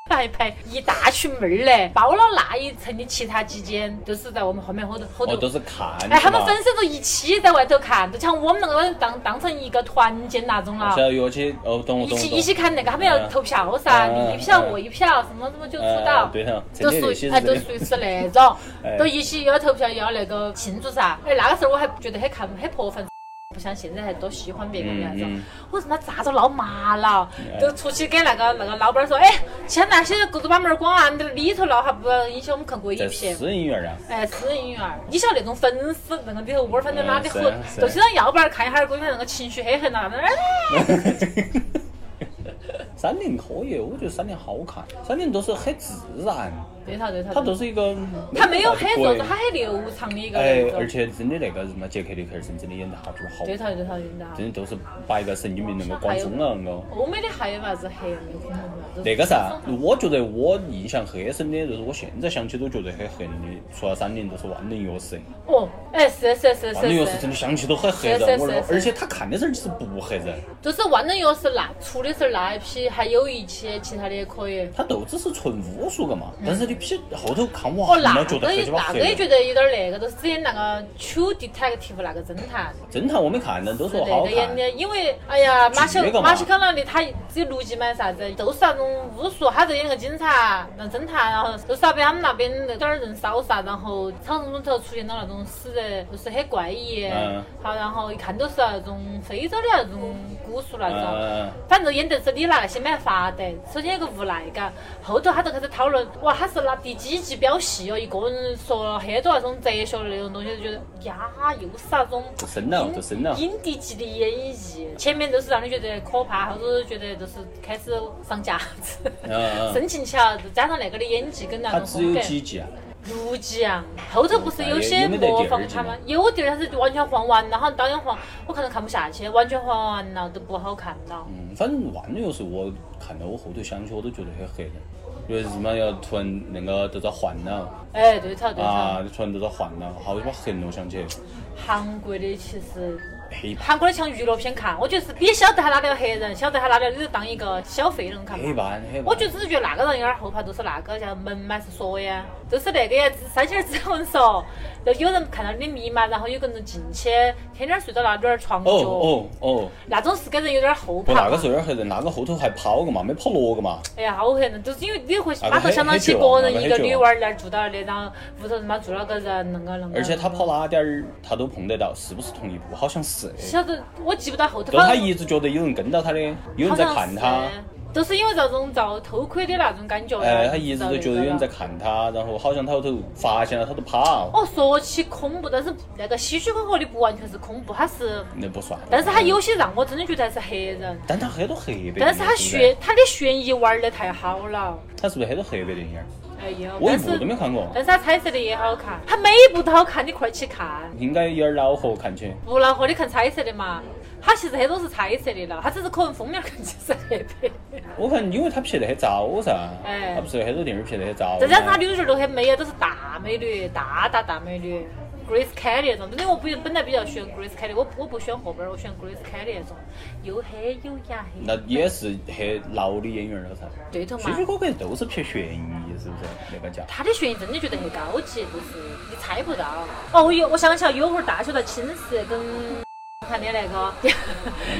[SPEAKER 2] 还拍一大群妹儿嘞，包了那一层的其他几间，就是在我们后面后头后头
[SPEAKER 3] 哦，都是看。
[SPEAKER 2] 哎，他
[SPEAKER 3] 是吧
[SPEAKER 2] 们分手都一起在外头看，就像我们那个当当成一个团建那种
[SPEAKER 3] 我
[SPEAKER 2] 了
[SPEAKER 3] 晓。得约起，哦，懂我
[SPEAKER 2] 一
[SPEAKER 3] 懂
[SPEAKER 2] 起
[SPEAKER 3] 我
[SPEAKER 2] 一
[SPEAKER 3] 懂。
[SPEAKER 2] 起看那个，他们要投票噻，
[SPEAKER 3] 嗯
[SPEAKER 2] 你一票
[SPEAKER 3] 嗯
[SPEAKER 2] 我一票，什么什么就出
[SPEAKER 3] 呃
[SPEAKER 2] 道，，
[SPEAKER 3] 对头，真
[SPEAKER 2] 都
[SPEAKER 3] 的
[SPEAKER 2] 属
[SPEAKER 3] 那
[SPEAKER 2] 于
[SPEAKER 3] 些
[SPEAKER 2] 哎，都
[SPEAKER 3] 人
[SPEAKER 2] 属于是那种
[SPEAKER 3] 哎，
[SPEAKER 2] 都一起要投票要那个庆祝噻。而那个时候我还觉得很看很婆粉，不像现在还多喜欢别个的那种
[SPEAKER 3] 嗯嗯。哎
[SPEAKER 2] 我日妈咋都闹麻了，都出去给那个那个老板说，哎，先那些狗子把门儿关啊，你在里头闹还不影响我们看鬼
[SPEAKER 3] 在
[SPEAKER 2] 片。
[SPEAKER 3] 私人院啊。
[SPEAKER 2] 哎，私人院儿，你晓得那种粉丝那个里头窝儿，反正哪里
[SPEAKER 3] 嗯
[SPEAKER 2] 好
[SPEAKER 3] 是啊是啊，
[SPEAKER 2] 就经常要不然看一哈儿，估计那个情绪很很那那哎，
[SPEAKER 3] 三零可以，我觉得三零好看，三零都是很自然，
[SPEAKER 2] 对头对头，
[SPEAKER 3] 它都是一个
[SPEAKER 2] 嗯他没有很
[SPEAKER 3] 做
[SPEAKER 2] 啥子，他很流畅的一个
[SPEAKER 3] 哎
[SPEAKER 2] 那，种
[SPEAKER 3] 而且真的那个什么杰克尼克尔森真的演得好就是好，
[SPEAKER 2] 对头对头对头
[SPEAKER 3] 真。的都是把一个神经病那个管疯了那个。
[SPEAKER 2] 欧美的还有啥子黑人的恐怖片？
[SPEAKER 3] 啊那个噻，我觉得我印象很深的，就是我现在想起都觉得很黑的，除了三零就是万能钥匙，
[SPEAKER 2] 哦，哎，是是是
[SPEAKER 3] 万能
[SPEAKER 2] 是
[SPEAKER 3] 钥匙真
[SPEAKER 2] 是，
[SPEAKER 3] 的想起都很黑
[SPEAKER 2] 是是
[SPEAKER 3] 人，我
[SPEAKER 2] 是
[SPEAKER 3] 说
[SPEAKER 2] 是
[SPEAKER 3] 而且他看的时候其实不黑人，
[SPEAKER 2] 就是万能钥匙那出的时候那一批，还有一期其他的也可以。
[SPEAKER 3] 他都只是纯巫术个嘛，但是你一批后头看
[SPEAKER 2] 嗯
[SPEAKER 3] 我
[SPEAKER 2] 哦，
[SPEAKER 3] 还
[SPEAKER 2] 那
[SPEAKER 3] 没
[SPEAKER 2] 个
[SPEAKER 3] 觉得黑鸡巴
[SPEAKER 2] 那个
[SPEAKER 3] 黑
[SPEAKER 2] 也
[SPEAKER 3] 了。
[SPEAKER 2] 觉得有点那个，就是之前那个 True Detective 那个侦探。
[SPEAKER 3] 侦探我没看的，都
[SPEAKER 2] 之
[SPEAKER 3] 说好
[SPEAKER 2] 类的演
[SPEAKER 3] 看。
[SPEAKER 2] 的，因为哎呀，马修
[SPEAKER 3] 剧那个嘛嗯
[SPEAKER 2] 马修康纳利他只有六集嘛，啥子都是那种巫术，他就演那个警察、那侦探，然后都是要被他们那边那点儿人烧杀，然后场中头出现了那种死人，就是很怪异
[SPEAKER 3] 嗯，
[SPEAKER 2] 好，然后一看都是那种非洲的那种古树那种。
[SPEAKER 3] 嗯，
[SPEAKER 2] 反正演得是李娜那些蛮发的，首先有个无奈感，后头他就开始讨论，哇，他是拿第几集表戏哦，一个人说了很多那种哲学的那种东西，就觉得呀，又是那种
[SPEAKER 3] 就深了，就深了。
[SPEAKER 2] 影帝级的演绎，前面都是让你觉得可怕，后头觉得就是开始上价值，
[SPEAKER 3] 嗯嗯，
[SPEAKER 2] 深情起来，加上那个的演技跟那
[SPEAKER 3] 它
[SPEAKER 2] 种
[SPEAKER 3] 只
[SPEAKER 2] 风
[SPEAKER 3] 有
[SPEAKER 2] 格。
[SPEAKER 3] 几集啊？
[SPEAKER 2] 六集啊，后头不是有些模仿他们，有第二集是完全晃完了，好像导演晃，我看都看不下去，完全晃完了都不好看了。
[SPEAKER 3] 嗯，反正万有时候我看到我后头想起我都觉得很黑的，尤其是嘛要突然那个都遭换了
[SPEAKER 2] 哎，对头对头，
[SPEAKER 3] 啊，突然都遭换了，好鸡巴黑了，我想起
[SPEAKER 2] 韩国的其实
[SPEAKER 3] 黑
[SPEAKER 2] 韩国的像娱乐片看，我觉得是比晓得他哪里有黑人，晓得他哪里就是当一个消费人看嘛。
[SPEAKER 3] 黑吧黑吧。
[SPEAKER 2] 我就只是觉得那个人有点后怕，就是那个叫门嘛是说呀，就是那个呀，三七儿只闻说，就有人看到你的密码，然后有个人进去，天天睡到那点儿床角，
[SPEAKER 3] 哦哦哦，
[SPEAKER 2] 那种是给人有点后
[SPEAKER 3] 不，
[SPEAKER 2] 怕。
[SPEAKER 3] 那个时候有点黑人，那个后头还跑个嘛，没跑落个嘛。
[SPEAKER 2] 哎呀，好吓人！就是因为你会
[SPEAKER 3] 那个
[SPEAKER 2] 马上想到起
[SPEAKER 3] 很
[SPEAKER 2] 个
[SPEAKER 3] 很
[SPEAKER 2] 人一个
[SPEAKER 3] 久
[SPEAKER 2] 女娃儿在那儿住到那里，然后屋头他妈住了个人，恁个恁个。
[SPEAKER 3] 而且他跑哪点儿他都碰得到，是不是同一步？好像是，
[SPEAKER 2] 晓得我记不到后头，
[SPEAKER 3] 但
[SPEAKER 2] 反
[SPEAKER 3] 是他
[SPEAKER 2] 正
[SPEAKER 3] 一直觉得有人跟到他的，有人
[SPEAKER 2] 好
[SPEAKER 3] 在
[SPEAKER 2] 像是
[SPEAKER 3] 看他，
[SPEAKER 2] 都是因为这种遭偷窥的那种感觉。
[SPEAKER 3] 哎，他一直都觉得有人在
[SPEAKER 2] 看。
[SPEAKER 3] 看他，然后好像他后头发现了，他就跑，
[SPEAKER 2] 哦，说起恐怖，但是那个希区柯克的不完全是恐怖，他是，
[SPEAKER 3] 那不算。
[SPEAKER 2] 但是他有，些让我真的觉得他是黑人，
[SPEAKER 3] 但他很多黑白，
[SPEAKER 2] 但是他悬，他的悬疑玩的太好了，
[SPEAKER 3] 他是不是很多黑白电影儿？
[SPEAKER 2] 哎呀，
[SPEAKER 3] 我一
[SPEAKER 2] 但
[SPEAKER 3] 部都没
[SPEAKER 2] 是
[SPEAKER 3] 看过，
[SPEAKER 2] 但是他彩色的也好看，他每一部都好看，你快去看，
[SPEAKER 3] 应该有点恼火看起。
[SPEAKER 2] 不恼火你看彩色的嘛。他其实很多是彩色的了，他只是可能封面看起是黑白，
[SPEAKER 3] 我看，因为他拍得很早噻，
[SPEAKER 2] 哎
[SPEAKER 3] 他不是有很多电影儿拍得很早。
[SPEAKER 2] 再加上他女主角都很美啊，都是大美女，大大大美女，Grace Kelly 那种。因为我不本来比较喜欢 Grace Kelly，我不我不喜欢后边儿，我喜欢 Grace Kelly 那种，又黑又雅黑。
[SPEAKER 3] 那也是很老的演员了噻。
[SPEAKER 2] 对头嘛
[SPEAKER 3] 希。区柯克都是拍悬疑，是不是那个叫？
[SPEAKER 2] 他的悬疑真的觉得很高级，就是你猜不到。哦，我有我想起来，有会儿大学在寝室跟 看的那 个，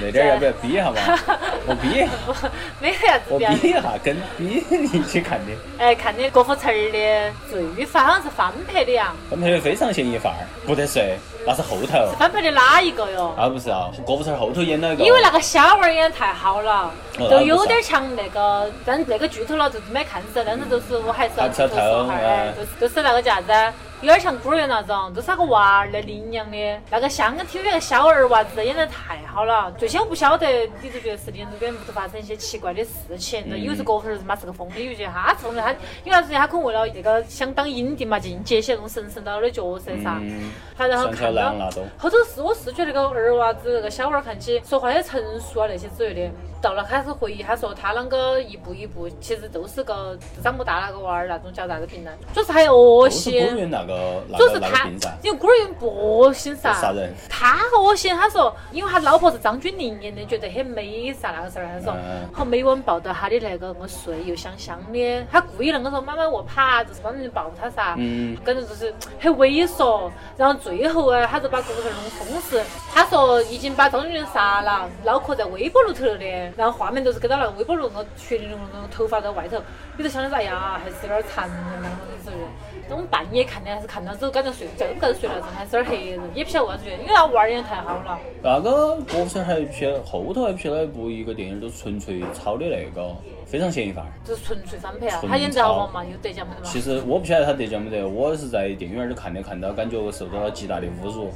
[SPEAKER 3] 那点儿要不要比一下嘛？
[SPEAKER 2] 啊
[SPEAKER 3] 我比一下，
[SPEAKER 2] 没得啥子
[SPEAKER 3] 我
[SPEAKER 2] 表
[SPEAKER 3] 比一
[SPEAKER 2] 演。
[SPEAKER 3] 下，跟 比一起看的，
[SPEAKER 2] 哎，看的郭富城儿的《罪与罚》，好像是翻拍的呀，
[SPEAKER 3] 我们拍的非常嫌疑犯儿，不得睡，那是后头
[SPEAKER 2] 是。翻拍的哪一个哟？
[SPEAKER 3] 啊不是啊，郭富城后头演了一个，
[SPEAKER 2] 因为那个虾娃儿演得太好了，
[SPEAKER 3] 哦
[SPEAKER 2] 就有点像那个，但是那个剧透了，就是没看死，但是就是我还是要
[SPEAKER 3] 啊
[SPEAKER 2] 剧透
[SPEAKER 3] 剧透
[SPEAKER 2] 说哈儿，哎
[SPEAKER 3] 哎，
[SPEAKER 2] 就是就是那个叫啥子，有点像孤儿院那种，就是那个娃儿的领养的，那个香港 TV 那个小儿娃子演得太好了。最先我不晓得女主角是领主边屋头发生一些奇怪的事情，就
[SPEAKER 3] 嗯
[SPEAKER 2] 以为是郭富城他妈是个疯的，以为觉得他是疯的，他因为那时间他可能为了那个想当影帝嘛，进去写那种神神叨叨的角色噻，
[SPEAKER 3] 嗯，
[SPEAKER 2] 他然后
[SPEAKER 3] 上桥
[SPEAKER 2] 看
[SPEAKER 3] 狼
[SPEAKER 2] 到
[SPEAKER 3] 那。种，
[SPEAKER 2] 后头是我是觉得那个二娃子那个小娃儿看起说话的陈述啊那些之类的，到了开始回忆，他说他啷个一步一步，其实都是个长不大那个娃儿那种叫啥子病呢？主要是很恶
[SPEAKER 3] 都是
[SPEAKER 2] 心，
[SPEAKER 3] 演员那个那
[SPEAKER 2] 主要
[SPEAKER 3] 个
[SPEAKER 2] 是
[SPEAKER 3] 那
[SPEAKER 2] 他
[SPEAKER 3] 个病噻，，
[SPEAKER 2] 因为孤儿院不恶心噻，
[SPEAKER 3] 杀人，
[SPEAKER 2] 他恶心，他说，因为他老婆是张钧甯演的，觉得很美噻那个事儿，他说
[SPEAKER 3] 嗯，
[SPEAKER 2] 好每晚抱到他的那个么睡又香香的，他故意啷个说妈妈我怕，就是帮人抱他噻，
[SPEAKER 3] 嗯
[SPEAKER 2] 感觉就是很猥琐，然后最后啊，他就把郭富城弄疯死，他说已经把张钧甯杀了，脑壳在微波炉头的，然后画面都是给到那个微波炉那个血淋淋那种头发在外头，你就想的是哎呀，还是有点残忍那种感觉。这种半夜看的还是看到之后感觉睡觉都不觉睡了，真还是有点黑人，也不晓得为啥子原因，因为那娃儿演得太好了。
[SPEAKER 3] 那个郭富城还拍后头还拍了一部一个电影，就是纯粹抄的那个非常嫌疑犯儿。
[SPEAKER 2] 就是纯粹翻拍啊，
[SPEAKER 3] 纯
[SPEAKER 2] 他演得好嘛，又得奖没得嘛。
[SPEAKER 3] 其实我不晓得他得奖没得，我是在电影院里看的，看到感觉我受到了极大的侮辱。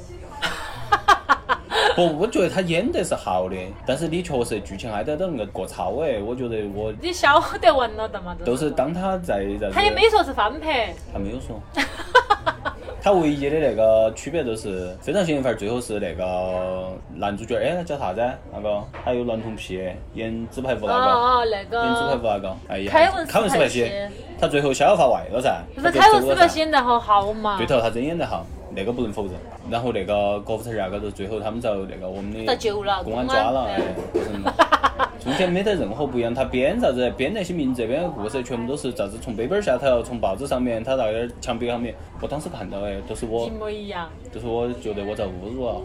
[SPEAKER 3] 不，我觉得他演得是好的，但是你确实剧情挨得都那个过超哎，我觉得我
[SPEAKER 2] 你晓得完了的嘛，
[SPEAKER 3] 都是当他在在
[SPEAKER 2] 他也没说是翻拍，
[SPEAKER 3] 他没有说， 他唯一的那个区别就是《非常嫌疑犯》最后是那个男主角，哎，他叫啥子？那个还有娈童癖，演纸牌屋
[SPEAKER 2] 哦
[SPEAKER 3] 那个。
[SPEAKER 2] 哦，那
[SPEAKER 3] 演纸牌屋
[SPEAKER 2] 个，
[SPEAKER 3] 那个，哎呀，
[SPEAKER 2] 凯文斯
[SPEAKER 3] 凯文斯派
[SPEAKER 2] 派
[SPEAKER 3] 西
[SPEAKER 2] 西，
[SPEAKER 3] 他最后逍遥法外了噻。
[SPEAKER 2] 不是
[SPEAKER 3] 他就
[SPEAKER 2] 凯文
[SPEAKER 3] 走
[SPEAKER 2] 斯
[SPEAKER 3] 了
[SPEAKER 2] 派
[SPEAKER 3] 噻
[SPEAKER 2] 西演得好好嘛
[SPEAKER 3] 对，头，他真演得好，那个不能否认。然后那个郭富城那个就最后他们遭那个我们
[SPEAKER 2] 遭
[SPEAKER 3] 的
[SPEAKER 2] 救了
[SPEAKER 3] 公安
[SPEAKER 2] 公安
[SPEAKER 3] 抓了，
[SPEAKER 2] 哎
[SPEAKER 3] 哎，就是中间没得任何不一样。他编啥子，编那些名字、编的故事，全部都是啥子从杯杯下头、从报纸上面，他那个墙壁上面。我当时看到哎，就是我
[SPEAKER 2] 一，模一样。
[SPEAKER 3] 就是我觉得我在侮辱啊，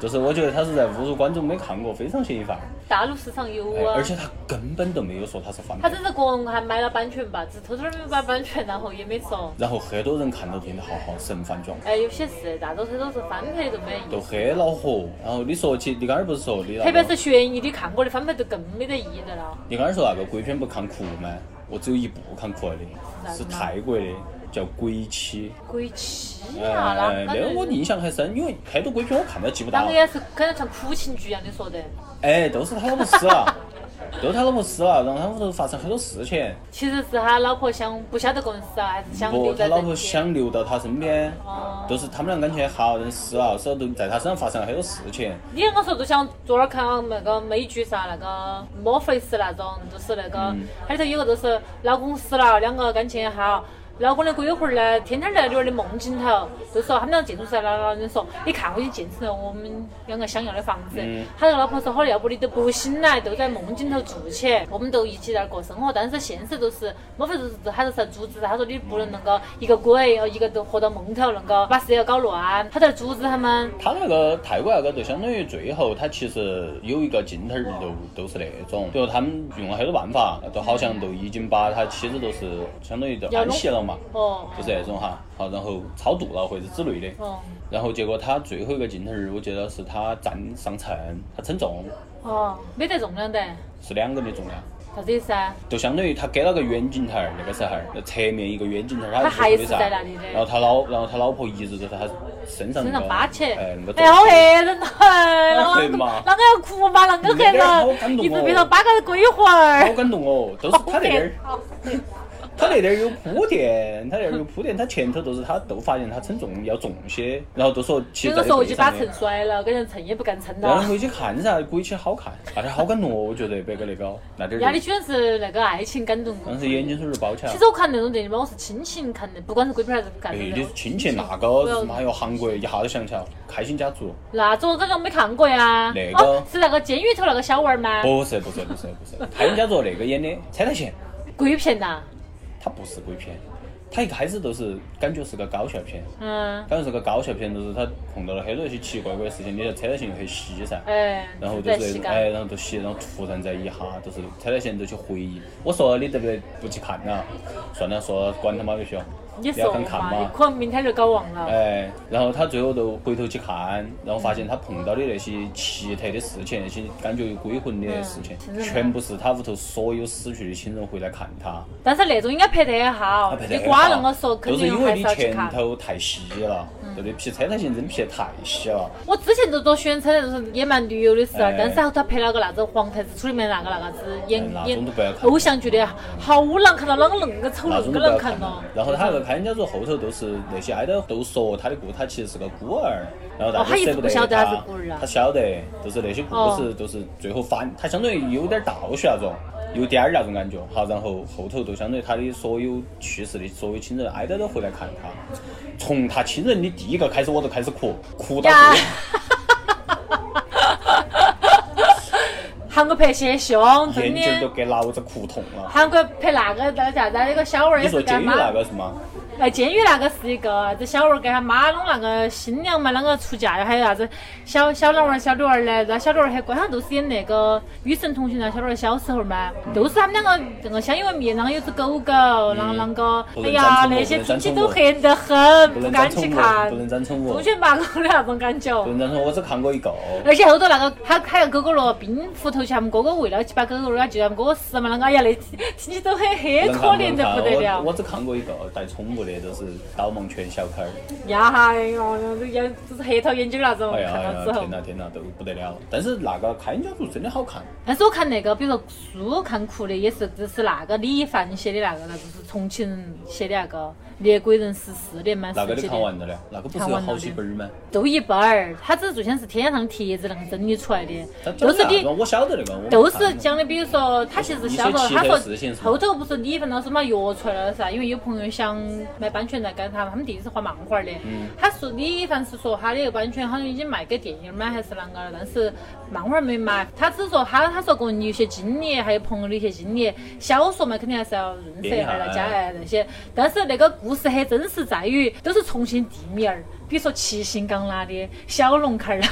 [SPEAKER 3] 就是我觉得他是在侮辱观众没看过，非常嫌疑犯。
[SPEAKER 2] 大陆市场有
[SPEAKER 3] 哎，
[SPEAKER 2] 啊
[SPEAKER 3] 而，且他根本都没有说他是犯
[SPEAKER 2] 他
[SPEAKER 3] 罪
[SPEAKER 2] 只。是各种还买了版权吧，只偷偷的没买版权，然后也没说。
[SPEAKER 3] 然后很多人看到听得好好神反转，
[SPEAKER 2] 哎，有些是大多数都是翻拍都没意
[SPEAKER 3] 都
[SPEAKER 2] 思，
[SPEAKER 3] 很恼火。然后你说起，你刚才不是说你那
[SPEAKER 2] 特别
[SPEAKER 3] 个
[SPEAKER 2] 是悬疑，你看过的翻拍就更没得意义的了。
[SPEAKER 3] 你刚才说那个鬼片不看哭吗？我只有一部看哭了的，是
[SPEAKER 2] 是哪个吗
[SPEAKER 3] 泰国的，叫《鬼妻》。
[SPEAKER 2] 鬼妻啊，
[SPEAKER 3] 哎，
[SPEAKER 2] 那
[SPEAKER 3] 那个我
[SPEAKER 2] 那
[SPEAKER 3] 印象很深，因为太多鬼片我看都记不
[SPEAKER 2] 那
[SPEAKER 3] 到
[SPEAKER 2] 个。也是感觉像苦情剧一啊样，你说的。
[SPEAKER 3] 哎，都是他老婆死了， 都是他老婆死了，然后他屋头发生很多事情。
[SPEAKER 2] 其实是他老婆想不晓得个人死了，还是想
[SPEAKER 3] 不，
[SPEAKER 2] 留
[SPEAKER 3] 他
[SPEAKER 2] 在
[SPEAKER 3] 老
[SPEAKER 2] 人
[SPEAKER 3] 婆
[SPEAKER 2] 间。
[SPEAKER 3] 想留到他身边
[SPEAKER 2] 哦，
[SPEAKER 3] 都是他们俩感情好，人死了，所以都在他身上发生了很多事情。
[SPEAKER 2] 你跟我说就想昨儿看那个美剧噻，那个《墨菲斯》那种，就是那个它里头有个就是老公死了，两个感情好，老公的鬼魂儿呢天天在女儿的梦境头，就说他们俩见出噻，那个人说你看我已经见出了我们两个想要的房子
[SPEAKER 3] 嗯，
[SPEAKER 2] 他那个老婆说好，要不你都不醒来，都在梦境头住起，我们都一起在那儿过生活。但是现实就是墨菲就是他就是阻止，他说你不能那个一个鬼，哦一个都活到梦头，那个把事情搞乱，他在阻止他们。
[SPEAKER 3] 他那个泰国那个就相当于最后，他其实有一个镜头儿都都是那种，就他们用了很多办法，都好像都已经把他妻子都是相当于都
[SPEAKER 2] 要
[SPEAKER 3] 安
[SPEAKER 2] 弄
[SPEAKER 3] 息了嘛，
[SPEAKER 2] 哦，
[SPEAKER 3] 就是那种哈，好，然后超度了或者之类的。
[SPEAKER 2] 哦。
[SPEAKER 3] 然后结果他最后一个镜头儿，我记得是他站上秤，他称重
[SPEAKER 2] 哦，没得重量的，
[SPEAKER 3] 是两个的重量，
[SPEAKER 2] 啥子意思啊？
[SPEAKER 3] 就相当于他给了个远景头儿，那个时候那侧面一个远景头儿，他
[SPEAKER 2] 他
[SPEAKER 3] 就
[SPEAKER 2] 还
[SPEAKER 3] 是
[SPEAKER 2] 是
[SPEAKER 3] 噻
[SPEAKER 2] 在那里的
[SPEAKER 3] 然后他老，然后他老婆一直都在他身上
[SPEAKER 2] 身
[SPEAKER 3] 那
[SPEAKER 2] 上
[SPEAKER 3] 个
[SPEAKER 2] 扒起，
[SPEAKER 3] 哎，那个
[SPEAKER 2] 哎，好吓人呐！ 啷
[SPEAKER 3] 很
[SPEAKER 2] 个
[SPEAKER 3] 嘛
[SPEAKER 2] 啷个要哎哭嘛，啷个吓
[SPEAKER 3] 那个好感
[SPEAKER 2] 人，
[SPEAKER 3] 动哦
[SPEAKER 2] 一直变成八个鬼魂
[SPEAKER 3] 好
[SPEAKER 2] 儿。
[SPEAKER 3] 感动哦，都是他那点儿。他那点儿有铺垫，他那点儿有铺垫，他前头都是他都发现他称重要重些，然后都说其
[SPEAKER 2] 有
[SPEAKER 3] 实在
[SPEAKER 2] 个时候
[SPEAKER 3] 这
[SPEAKER 2] 就
[SPEAKER 3] 个
[SPEAKER 2] 把
[SPEAKER 3] 上面
[SPEAKER 2] 秤摔了，感觉秤也不敢称
[SPEAKER 3] 然后
[SPEAKER 2] 了。
[SPEAKER 3] 回去看噻，鬼起好看，那点好感动哦，我觉得别个那个那点
[SPEAKER 2] 呀，你
[SPEAKER 3] 儿，
[SPEAKER 2] 居然是那个爱情感动。
[SPEAKER 3] 当时眼睛水儿包起来
[SPEAKER 2] 其。实我看那种电影嘛，我是亲情看的，不管是鬼片还是干
[SPEAKER 3] 哎，
[SPEAKER 2] 啥
[SPEAKER 3] 你
[SPEAKER 2] 子。
[SPEAKER 3] 亲戚那
[SPEAKER 2] 我
[SPEAKER 3] 个
[SPEAKER 2] 要
[SPEAKER 3] 妈哟，韩国一下子想起来，《开心家族
[SPEAKER 2] 那种我感觉没看过呀。
[SPEAKER 3] 那个哦
[SPEAKER 2] 哦，是那个监狱头那个小娃儿》吗？
[SPEAKER 3] 不是不是不是不是，《开心家族》那个演的蔡泰贤，
[SPEAKER 2] 鬼片啊呐。
[SPEAKER 3] 他不是鬼片，他一开始都是感觉是个搞笑片，
[SPEAKER 2] 嗯。
[SPEAKER 3] 感觉是个搞笑片，就是他碰到了很多一些奇奇怪怪的事情，你像蔡泰贤又很稀噻，
[SPEAKER 2] 哎。
[SPEAKER 3] 然后就
[SPEAKER 2] 在西
[SPEAKER 3] 是那种
[SPEAKER 2] 干
[SPEAKER 3] 哎，然后就洗，然后突然在一下就是踩到现在就去回忆。我说你对不对？不去看了，算了，说管他妈有些，
[SPEAKER 2] 你
[SPEAKER 3] 不
[SPEAKER 2] 说
[SPEAKER 3] 要看看
[SPEAKER 2] 嘛，你
[SPEAKER 3] 嘛。
[SPEAKER 2] 可能明天就搞忘了。
[SPEAKER 3] 哎，然后他最后都回头去看，然后发现他碰到的那些奇特的事情，那些感觉有鬼魂的事情，
[SPEAKER 2] 嗯亲人嘛
[SPEAKER 3] 全部是他屋头所有死去的亲人回来看他。
[SPEAKER 2] 但是那种应该拍得好
[SPEAKER 3] 他，啊拍
[SPEAKER 2] 啊你
[SPEAKER 3] 得很
[SPEAKER 2] 瓜
[SPEAKER 3] 好
[SPEAKER 2] 恁个说，肯
[SPEAKER 3] 就是
[SPEAKER 2] 定
[SPEAKER 3] 因为
[SPEAKER 2] 还
[SPEAKER 3] 你
[SPEAKER 2] 要去
[SPEAKER 3] 前
[SPEAKER 2] 看。嗯
[SPEAKER 3] 头太稀了，对的，皮车太行真皮得太稀了。
[SPEAKER 2] 我之前都多宣称那种野蛮旅游的事儿
[SPEAKER 3] 哎，
[SPEAKER 2] 但是后头拍了个啥子皇太子出里面那个那个子演
[SPEAKER 3] 哎那种
[SPEAKER 2] 演
[SPEAKER 3] 都不要看
[SPEAKER 2] 偶像剧的，好难看到啷个恁个丑
[SPEAKER 3] 那
[SPEAKER 2] 恁
[SPEAKER 3] 种
[SPEAKER 2] 个
[SPEAKER 3] 都不要
[SPEAKER 2] 难看
[SPEAKER 3] 看
[SPEAKER 2] 咯
[SPEAKER 3] 了。。然后他那个开心家族后头都是那些挨到都说他的故，他其实是个孤儿，然后大
[SPEAKER 2] 哦他
[SPEAKER 3] 家
[SPEAKER 2] 一直
[SPEAKER 3] 舍
[SPEAKER 2] 不
[SPEAKER 3] 得
[SPEAKER 2] 晓得他
[SPEAKER 3] 他
[SPEAKER 2] 是孤儿啊哦
[SPEAKER 3] 他晓得，就是那些故事都是最后翻，他相当于有点倒叙那种，有点儿那种感觉。好，然后后头就相当于他的所有去世的所有亲人挨到都回来看他，从他亲人的第一个开始，我就开始哭，哭到
[SPEAKER 2] 呀
[SPEAKER 3] 最后。
[SPEAKER 2] 韩国拍些凶，真
[SPEAKER 3] 眼睛儿都
[SPEAKER 2] 的。
[SPEAKER 3] 给老子哭痛 了。
[SPEAKER 2] 韩国拍那个那个叫啥子？那个小娃儿
[SPEAKER 3] 你
[SPEAKER 2] 也
[SPEAKER 3] 说
[SPEAKER 2] 是
[SPEAKER 3] 监
[SPEAKER 2] 干
[SPEAKER 3] 狱
[SPEAKER 2] 妈。
[SPEAKER 3] 那个是吗？
[SPEAKER 2] 哎，监狱那个是一个，这小娃儿跟他妈弄那个新娘嘛，啷个出嫁，还有啥子小小男娃儿、小女娃儿呢？然后小女娃儿还好像都是演那个《与神同行》那小女娃儿小时候嘛，都是他们两个那个相依为命，然后有只狗狗，然后啷个，
[SPEAKER 3] 不能
[SPEAKER 2] 哎呀，
[SPEAKER 3] 沾宠物
[SPEAKER 2] 那些
[SPEAKER 3] 不能
[SPEAKER 2] 亲
[SPEAKER 3] 沾
[SPEAKER 2] 戚
[SPEAKER 3] 宠
[SPEAKER 2] 都
[SPEAKER 3] 物
[SPEAKER 2] 黑得很，
[SPEAKER 3] 不
[SPEAKER 2] 不
[SPEAKER 3] 能沾
[SPEAKER 2] 敢
[SPEAKER 3] 宠
[SPEAKER 2] 去
[SPEAKER 3] 物，
[SPEAKER 2] 看
[SPEAKER 3] 不，能沾啊宠物
[SPEAKER 2] 忠，犬八公的那种感觉
[SPEAKER 3] 不。能沾宠物。我只看过一个。
[SPEAKER 2] 而且后头那个他还有狗狗落冰斧头去，他们哥哥为了去把狗狗那就他们哥哥死嘛，啷个哎呀，那亲戚都很黑，
[SPEAKER 3] 能看
[SPEAKER 2] 可哎怜得
[SPEAKER 3] 能看
[SPEAKER 2] 不得了
[SPEAKER 3] 我我。只看过一个带宠物的，就是导盲犬小开儿。
[SPEAKER 2] 呀哈，哎呦，眼就是黑头眼睛那种，
[SPEAKER 3] 哎呀
[SPEAKER 2] 哦看
[SPEAKER 3] 哎
[SPEAKER 2] 到
[SPEAKER 3] 呀，
[SPEAKER 2] 之后
[SPEAKER 3] 天。哪天哪，都不得了。但是那个《开心家族》真的好看，
[SPEAKER 2] 但是我看那个，比如说书看哭的，也是只是那个李易凡写的那个，那就是重庆人写的那个《猎鬼人十四年》嘛，
[SPEAKER 3] 那个
[SPEAKER 2] 十几
[SPEAKER 3] 你看
[SPEAKER 2] 的，
[SPEAKER 3] 完了嘞？那个不是有好几本儿吗？
[SPEAKER 2] 都一本儿。他只是最先是天上的帖子那个整理出来的
[SPEAKER 3] 它，啊
[SPEAKER 2] 都是
[SPEAKER 3] 讲的那
[SPEAKER 2] 你
[SPEAKER 3] 个，我晓得那个，我没
[SPEAKER 2] 都
[SPEAKER 3] 看
[SPEAKER 2] 是讲的，比如说他其实小时候
[SPEAKER 3] 一些奇
[SPEAKER 2] 他
[SPEAKER 3] 特的
[SPEAKER 2] 说
[SPEAKER 3] 事情是吧
[SPEAKER 2] 后头不是李易凡老师嘛约出来了噻，因为有朋友想卖版权在给他，他们第一次画漫画的。
[SPEAKER 3] 嗯
[SPEAKER 2] 他说李凡是说他的版权好像已经卖给电影买还是啷个了，但是漫画没买。他只说他他说个人有些经历，还有朋友的一些经历。小说嘛，肯定还是要润色，
[SPEAKER 3] 编一下
[SPEAKER 2] 还要
[SPEAKER 3] 哎
[SPEAKER 2] 加哎那些。但是那个故事很真实，在于都是重庆地名儿，比如说七星岗啦的、小龙坎儿啦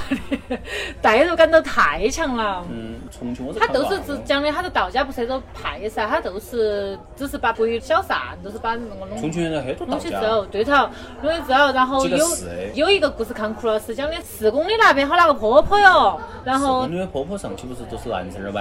[SPEAKER 2] 的， 代入感都太强了。
[SPEAKER 3] 嗯，重庆我是
[SPEAKER 2] 他
[SPEAKER 3] 看
[SPEAKER 2] 都是
[SPEAKER 3] 过
[SPEAKER 2] 只
[SPEAKER 3] 啊
[SPEAKER 2] 讲的，他是道家不是那种派噻，他都是只是把不有小散，都是把那个弄
[SPEAKER 3] 重庆人很多道
[SPEAKER 2] 弄起之
[SPEAKER 3] 家，
[SPEAKER 2] 后，对头，弄起之后，然后
[SPEAKER 3] 这个
[SPEAKER 2] 有
[SPEAKER 3] 是哎
[SPEAKER 2] 有一个故事看哭了，是讲的四宫的那边好哪个婆婆哟，然
[SPEAKER 3] 我
[SPEAKER 2] 后
[SPEAKER 3] 们那边婆婆上去不是都是男生儿 吗？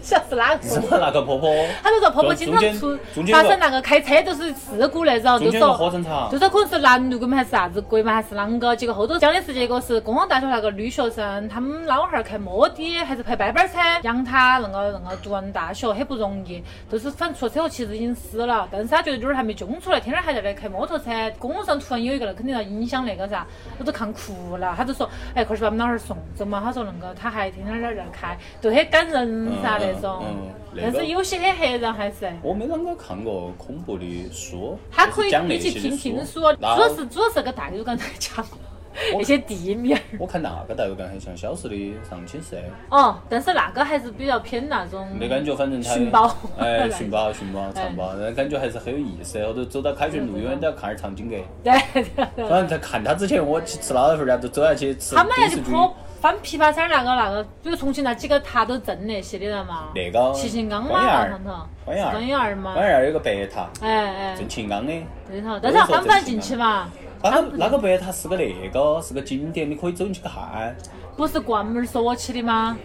[SPEAKER 2] 晓得是哪个
[SPEAKER 3] 是
[SPEAKER 2] 婆
[SPEAKER 3] 不
[SPEAKER 2] 婆
[SPEAKER 3] 是？那个婆婆？
[SPEAKER 2] 他就说婆婆经
[SPEAKER 3] 中间
[SPEAKER 2] 常出
[SPEAKER 3] 中间
[SPEAKER 2] 发
[SPEAKER 3] 有
[SPEAKER 2] 生
[SPEAKER 3] 个
[SPEAKER 2] 那个开车就是事故那种，
[SPEAKER 3] 中
[SPEAKER 2] 就
[SPEAKER 3] 间有个
[SPEAKER 2] 说
[SPEAKER 3] 火葬场
[SPEAKER 2] 啊就，说可能是南路鬼嘛，还是啥子鬼嘛，还是啷个？结果后头讲的是结果是工商大学那个女学生，他们老汉儿开摩的还是开班班车，养她恁个恁个读完大学很不容易，就是反正出了车祸其实已经死了，但是他觉得女儿还没冲出来，天天还在那开摩托车，公路上突然有一个人肯定要影响那个噻，我都看哭了，他就说，哎，快去把我们老汉儿送走嘛，他说恁个他还天天在那儿开，就很感人噻
[SPEAKER 3] 嗯嗯
[SPEAKER 2] 那种
[SPEAKER 3] 嗯那，
[SPEAKER 2] 但
[SPEAKER 3] 个
[SPEAKER 2] 是有些很吓人还是。
[SPEAKER 3] 我没啷个看过恐怖的书，
[SPEAKER 2] 他可以
[SPEAKER 3] 讲那
[SPEAKER 2] 你去
[SPEAKER 3] 些
[SPEAKER 2] 听
[SPEAKER 3] 的
[SPEAKER 2] 评书，
[SPEAKER 3] 书
[SPEAKER 2] 主，
[SPEAKER 3] 那
[SPEAKER 2] 要是主要是个代入感在强，那些地名儿
[SPEAKER 3] 我看那个代入感很像小时候的上寝室，
[SPEAKER 2] 哦，但是那个还是比较偏那种
[SPEAKER 3] 那感觉反正他
[SPEAKER 2] 寻宝
[SPEAKER 3] 哎，寻宝寻宝藏宝，那感觉还是很有意思的。或者走到开学路，永远都要看点长颈鹅。
[SPEAKER 2] 对对对
[SPEAKER 3] 反正在看他之前，我去吃老头儿然后走下去吃
[SPEAKER 2] 他们
[SPEAKER 3] 电
[SPEAKER 2] 还
[SPEAKER 3] 视
[SPEAKER 2] 是
[SPEAKER 3] 剧。
[SPEAKER 2] 跑翻琵琶山那个那个，比如重庆那几个塔都镇那些的了嘛。
[SPEAKER 3] 那个
[SPEAKER 2] 七星岗嘛，
[SPEAKER 3] 官
[SPEAKER 2] 那
[SPEAKER 3] 窑
[SPEAKER 2] 上头，
[SPEAKER 3] 官窑
[SPEAKER 2] 官窑儿嘛
[SPEAKER 3] 官，窑儿有个白塔，
[SPEAKER 2] 哎哎，
[SPEAKER 3] 郑庆刚的。
[SPEAKER 2] 对头，但是他翻不翻进
[SPEAKER 3] 啊
[SPEAKER 2] 去嘛？
[SPEAKER 3] 那个那个白塔是个那个是个景点，你可以走进去看。
[SPEAKER 2] 不是关门锁起的吗？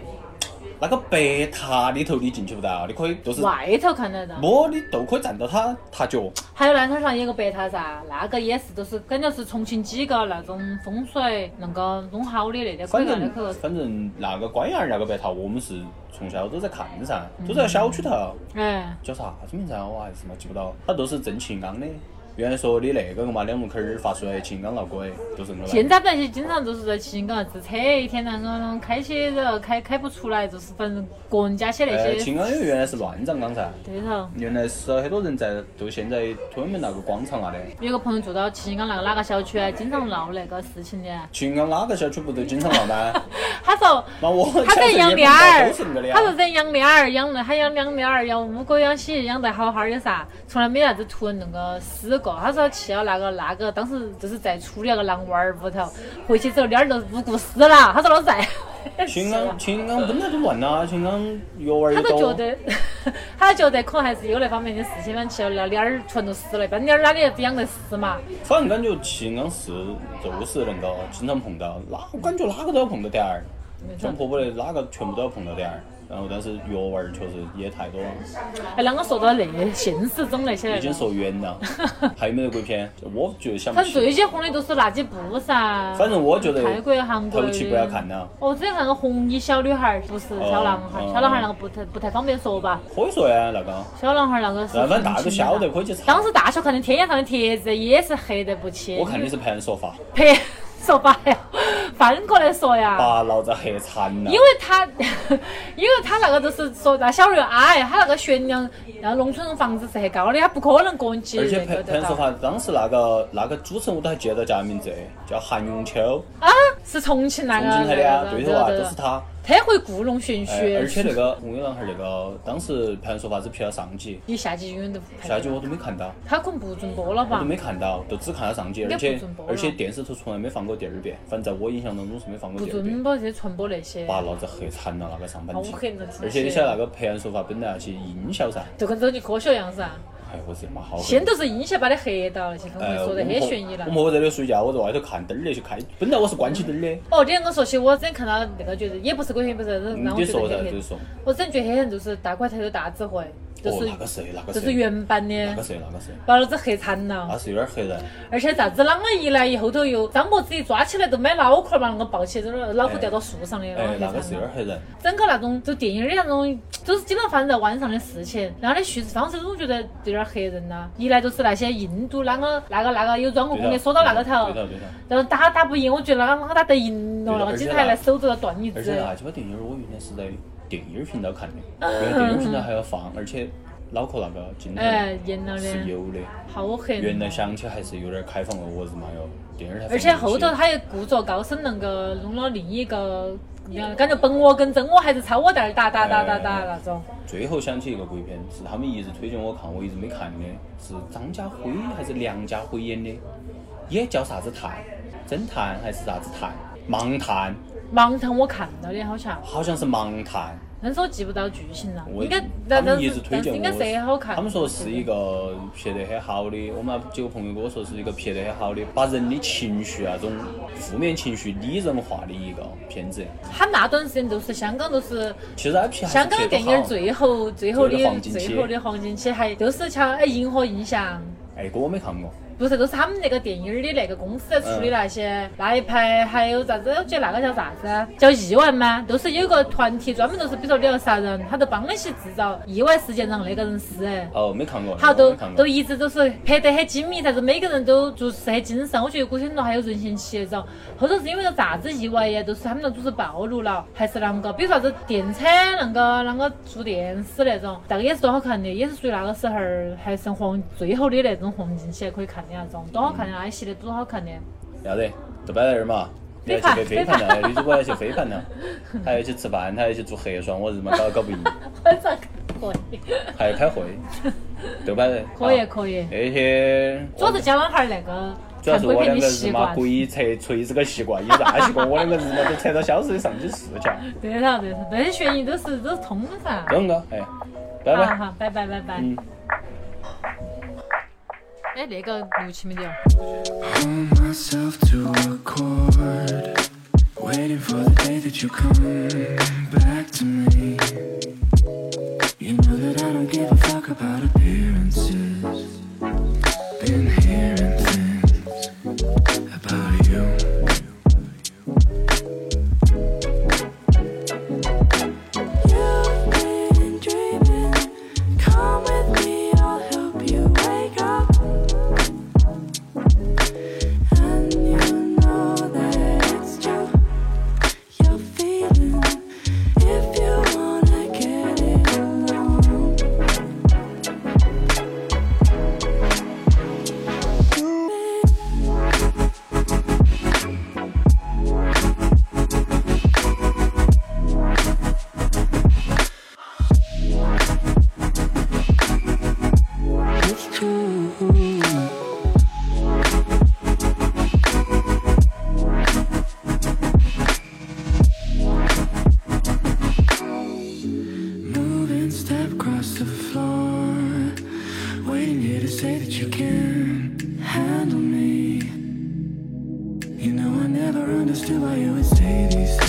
[SPEAKER 3] 那个白塔里头你进去不到，你可以就是
[SPEAKER 2] 外头看得到。
[SPEAKER 3] 摸你都可以站到它塔脚。
[SPEAKER 2] 还有南头上有个白塔噻，那个也是，就是感觉是重庆几个那种风水能够弄好的那点可以
[SPEAKER 3] 反
[SPEAKER 2] 那
[SPEAKER 3] 正
[SPEAKER 2] 个。
[SPEAKER 3] 反正那个官窑儿那个白塔，我们是从小都在看噻，都
[SPEAKER 2] 嗯
[SPEAKER 3] 在小区头。
[SPEAKER 2] 哎，
[SPEAKER 3] 叫啥子名字啊？我还是嘛记不到。它都是正庆刚的。原来说的那个嘛，两门口儿发出来秦刚闹鬼，就是那个。
[SPEAKER 2] 现在那些经常就是在七星岗自扯，一天那个开起然后开开不出来，就是反正个人家些
[SPEAKER 3] 呃，
[SPEAKER 2] 那些
[SPEAKER 3] 秦刚因为原来是乱葬岗噻，
[SPEAKER 2] 对头。
[SPEAKER 3] 原来是很多人在，就现在屯门那个广场啊那里。
[SPEAKER 2] 有个朋友住到七星岗那个哪个小区，啊经常闹那个事情的。
[SPEAKER 3] 秦刚哪个小区不都经常闹呢？
[SPEAKER 2] 他说
[SPEAKER 3] 那我
[SPEAKER 2] 他在养
[SPEAKER 3] 脸
[SPEAKER 2] 鸟儿
[SPEAKER 3] 都是那个，
[SPEAKER 2] 他说
[SPEAKER 3] 脸。
[SPEAKER 2] 在养鸟儿，养了还养两鸟儿，养乌龟、养蜥蜴、养得好好的噻，从来没啥子突那个死过。他说去了那个那个，当时就是在处理那个狼窝儿屋头，回去之后鸟儿就无故死了。他说老 在，
[SPEAKER 3] 秦刚，秦刚本来就乱啊啦，秦刚药丸
[SPEAKER 2] 他
[SPEAKER 3] 儿
[SPEAKER 2] 都觉
[SPEAKER 3] 多。
[SPEAKER 2] 得，他就觉得可能还是有那方面的事情，反正去了那鸟儿全都死了，一般鸟儿哪里养得死嘛？
[SPEAKER 3] 反正感觉秦刚是就是能够经常碰到，哪我感觉哪个都要碰到点儿。像婆婆的哪个全部都要碰到点儿，然后但是药丸儿确实也太多了，
[SPEAKER 2] 哎，啷个说到那现实中那些
[SPEAKER 3] 已
[SPEAKER 2] 那
[SPEAKER 3] 经
[SPEAKER 2] 个，
[SPEAKER 3] 说 远了。还有没得鬼片？我就想不
[SPEAKER 2] 反正最
[SPEAKER 3] 起。
[SPEAKER 2] 些红的都是那几部噻。
[SPEAKER 3] 反正我觉得
[SPEAKER 2] 泰国、韩国
[SPEAKER 3] 头
[SPEAKER 2] 的
[SPEAKER 3] 期不要看了，
[SPEAKER 2] 我之前看个红衣小女孩，不是小男孩，
[SPEAKER 3] 哦
[SPEAKER 2] 小男孩那个不太不太方便说吧。
[SPEAKER 3] 可以说呀那个。
[SPEAKER 2] 小男孩那个是
[SPEAKER 3] 那
[SPEAKER 2] 很亲的嘛。
[SPEAKER 3] 反正大家都晓得可以去查
[SPEAKER 2] 当时大学看的《天眼上的帖子》也是黑得不起。
[SPEAKER 3] 我 看你是盘说法，
[SPEAKER 2] 呸，说白了，翻过来说呀。
[SPEAKER 3] 把老子黑惨了
[SPEAKER 2] 啊因。为他， 因为他那个就是说，那小又矮，他那个悬梁，那农村房子是很高的，他不可能个人去
[SPEAKER 3] 而且
[SPEAKER 2] 那
[SPEAKER 3] 盘
[SPEAKER 2] 个
[SPEAKER 3] 盘
[SPEAKER 2] 得
[SPEAKER 3] 说
[SPEAKER 2] 到。
[SPEAKER 3] 法，当时那个那个主持人我都还记得叫啥名字，叫韩永秋，
[SPEAKER 2] 啊，是重庆那
[SPEAKER 3] 重
[SPEAKER 2] 个
[SPEAKER 3] 庆台的啊，
[SPEAKER 2] 那个
[SPEAKER 3] 对
[SPEAKER 2] 对
[SPEAKER 3] 头啊，
[SPEAKER 2] 对
[SPEAKER 3] 都是他。
[SPEAKER 2] 他会故弄玄
[SPEAKER 3] 哎
[SPEAKER 2] 虚，，
[SPEAKER 3] 而且那个《红月男孩》那个，当时盘说法只拍了上集，
[SPEAKER 2] 你下集永远都不看
[SPEAKER 3] 下集我都没看到，
[SPEAKER 2] 他可能不准播了
[SPEAKER 3] 我
[SPEAKER 2] 吧
[SPEAKER 3] 都？没看到，就只看了上集，
[SPEAKER 2] 该
[SPEAKER 3] 而且
[SPEAKER 2] 不准播了
[SPEAKER 3] 而且电视头从来没放过第二遍，反正在我印象当中是没放过
[SPEAKER 2] 不
[SPEAKER 3] 第二
[SPEAKER 2] 准啊
[SPEAKER 3] 遍，
[SPEAKER 2] 播这传播那些，
[SPEAKER 3] 把老子黑惨了那个上半集
[SPEAKER 2] 好黑人真。是
[SPEAKER 3] 而且你晓得那个拍案说法本来要去音效噻，
[SPEAKER 2] 就跟走进科学一样噻。
[SPEAKER 3] 哎，我日他妈好黑
[SPEAKER 2] 先。都是音效把你黑到那些，刚才
[SPEAKER 3] 呃，
[SPEAKER 2] 说
[SPEAKER 3] 我
[SPEAKER 2] 得很
[SPEAKER 3] 婆
[SPEAKER 2] 悬疑了
[SPEAKER 3] 我。婆婆在那睡觉，我在外头看灯儿那些开，本来我是关起灯儿的。
[SPEAKER 2] 哦，你跟我说起，我之前看到那个觉得也不是鬼片，不是让我
[SPEAKER 3] 嗯你
[SPEAKER 2] 觉得
[SPEAKER 3] 说噻，
[SPEAKER 2] 很
[SPEAKER 3] 就是
[SPEAKER 2] 黑。
[SPEAKER 3] 说，
[SPEAKER 2] 我之前觉得很黑就是大块头有大智慧，就
[SPEAKER 3] 哦，
[SPEAKER 2] 是
[SPEAKER 3] 那个是，那个
[SPEAKER 2] 就是啊
[SPEAKER 3] 是，
[SPEAKER 2] 原版的
[SPEAKER 3] 那，个是，那啊个是，
[SPEAKER 2] 把老子黑惨了
[SPEAKER 3] 那。是有点黑人。
[SPEAKER 2] 而且啥子啷个一来一后头又张柏芝一抓起来都没脑壳嘛，啷个抱起这个脑壳掉到树上的，
[SPEAKER 3] 哎，
[SPEAKER 2] 啷个哦
[SPEAKER 3] 那个
[SPEAKER 2] 黑
[SPEAKER 3] 是有
[SPEAKER 2] 惨了
[SPEAKER 3] 点。黑人。
[SPEAKER 2] 整个那种就电影的那种，就是经常发生在晚上的事情，然后的叙事方式总觉得有点黑人呐、一来就是那些印度啷个那个那个有钻过孔的说到那个头
[SPEAKER 3] 对，头，对头。
[SPEAKER 2] 然后打打不赢，我觉得啷个啷个打得赢了，
[SPEAKER 3] 对的
[SPEAKER 2] 那个
[SPEAKER 3] 而且
[SPEAKER 2] 警察来
[SPEAKER 3] 那
[SPEAKER 2] 手都要断一
[SPEAKER 3] 而且啊
[SPEAKER 2] 只。嗯
[SPEAKER 3] 那鸡巴电影儿，我原来是在电影儿频道看的，因为电影儿频道还要放，而且脑壳那个筋头
[SPEAKER 2] 哎，严了
[SPEAKER 3] 是
[SPEAKER 2] 的，
[SPEAKER 3] 有的。
[SPEAKER 2] 好狠。
[SPEAKER 3] 原来想起还是有点开放了，我日妈哟！电影台放不起。
[SPEAKER 2] 而且后头他又故作高深，那个弄了另一个，感觉本我跟真我还是超我在那儿打打打打打那种。
[SPEAKER 3] 最后想起一个鬼片，是他们一直推荐我看，我一直没看的，是张家辉还是梁家辉演的，也叫啥子探，侦探还是啥子探，盲探，
[SPEAKER 2] 盲探我看到的好像，
[SPEAKER 3] 好像是盲探。
[SPEAKER 2] 但是我记不到剧情了，
[SPEAKER 3] 我
[SPEAKER 2] 应该
[SPEAKER 3] 他
[SPEAKER 2] 但但
[SPEAKER 3] 们一
[SPEAKER 2] 是
[SPEAKER 3] 直推
[SPEAKER 2] 但是
[SPEAKER 3] 荐
[SPEAKER 2] 应该是
[SPEAKER 3] 我，
[SPEAKER 2] 好看。
[SPEAKER 3] 他们说是一个拍得很好的，我们几个朋友跟我说是一个拍得很好的，把人的情绪啊这种负面情绪拟人化的一个片子。
[SPEAKER 2] 他那段时间都是香港都是
[SPEAKER 3] 其实 IP 还是
[SPEAKER 2] 香港
[SPEAKER 3] 拍得
[SPEAKER 2] 电影
[SPEAKER 3] 好
[SPEAKER 2] 最后最后
[SPEAKER 3] 最后的黄
[SPEAKER 2] 的
[SPEAKER 3] 金期
[SPEAKER 2] 最后的黄金期，还都是像哎银河印象。
[SPEAKER 3] 哎，哥我没看过。
[SPEAKER 2] 不是，都是他们那个电影儿的那个公司在出的那
[SPEAKER 3] 嗯
[SPEAKER 2] 些，那一排还有啥子？我记得那个叫啥子？叫意外吗？都是有个团体专门都是，比如说你要杀人，他都帮你去制造意外事件让那个人死哎。
[SPEAKER 3] 哦，没看过。
[SPEAKER 2] 好，
[SPEAKER 3] 我
[SPEAKER 2] 都
[SPEAKER 3] 没看过
[SPEAKER 2] 都。一直都是拍得很精密，但是每个人都做事很精神。我觉得古天乐还有任贤齐那种，后头是因为个啥子意外呀？都是他们那组织暴露了，还是啷个？比如啥子电产啷个啷个做电视那种，那个也是多好看的，也是属于那个时候儿还剩黄最后的那种黄金期可以看的那种，多好看的那一系列多好看的。
[SPEAKER 3] 要得，就摆在那儿嘛。你要去飞盘了，你主播要去飞盘了，还要去吃饭，还要去做核酸，我日妈搞搞不赢，
[SPEAKER 2] 晚上
[SPEAKER 3] 哦
[SPEAKER 2] 可以，
[SPEAKER 3] 还要开会，就摆在。
[SPEAKER 2] 可以
[SPEAKER 3] 啊
[SPEAKER 2] 可以。
[SPEAKER 3] 那些
[SPEAKER 2] 主要是江老汉儿那个
[SPEAKER 3] 主要
[SPEAKER 2] 看
[SPEAKER 3] 是
[SPEAKER 2] 鬼
[SPEAKER 3] 哦我
[SPEAKER 2] 片
[SPEAKER 3] 两
[SPEAKER 2] 的
[SPEAKER 3] 个日
[SPEAKER 2] 习
[SPEAKER 3] 妈
[SPEAKER 2] 惯，
[SPEAKER 3] 鬼扯锤子个习惯，有啥习惯？我两个日妈都扯到消失的上去视 角，
[SPEAKER 2] 对头对头，那些悬疑都是都是通噻。
[SPEAKER 3] 懂不懂？哎，拜
[SPEAKER 2] 好
[SPEAKER 3] 拜。
[SPEAKER 2] 好，拜拜拜拜。
[SPEAKER 3] 嗯。
[SPEAKER 2] 哎，那个录起没得哦？
[SPEAKER 4] Pull myself to a chord, waiting for the day that you come back to me. You know that I don't give a fuck about appearances. Been hearing things about you. You've been dreaming. Come with me, I'll help you wake up. And you know that it's true. You're feeling if you wanna get it alone. It's true. Moving step across the floor. Waiting here to say that you can handle me. You know, I never understood why you would say these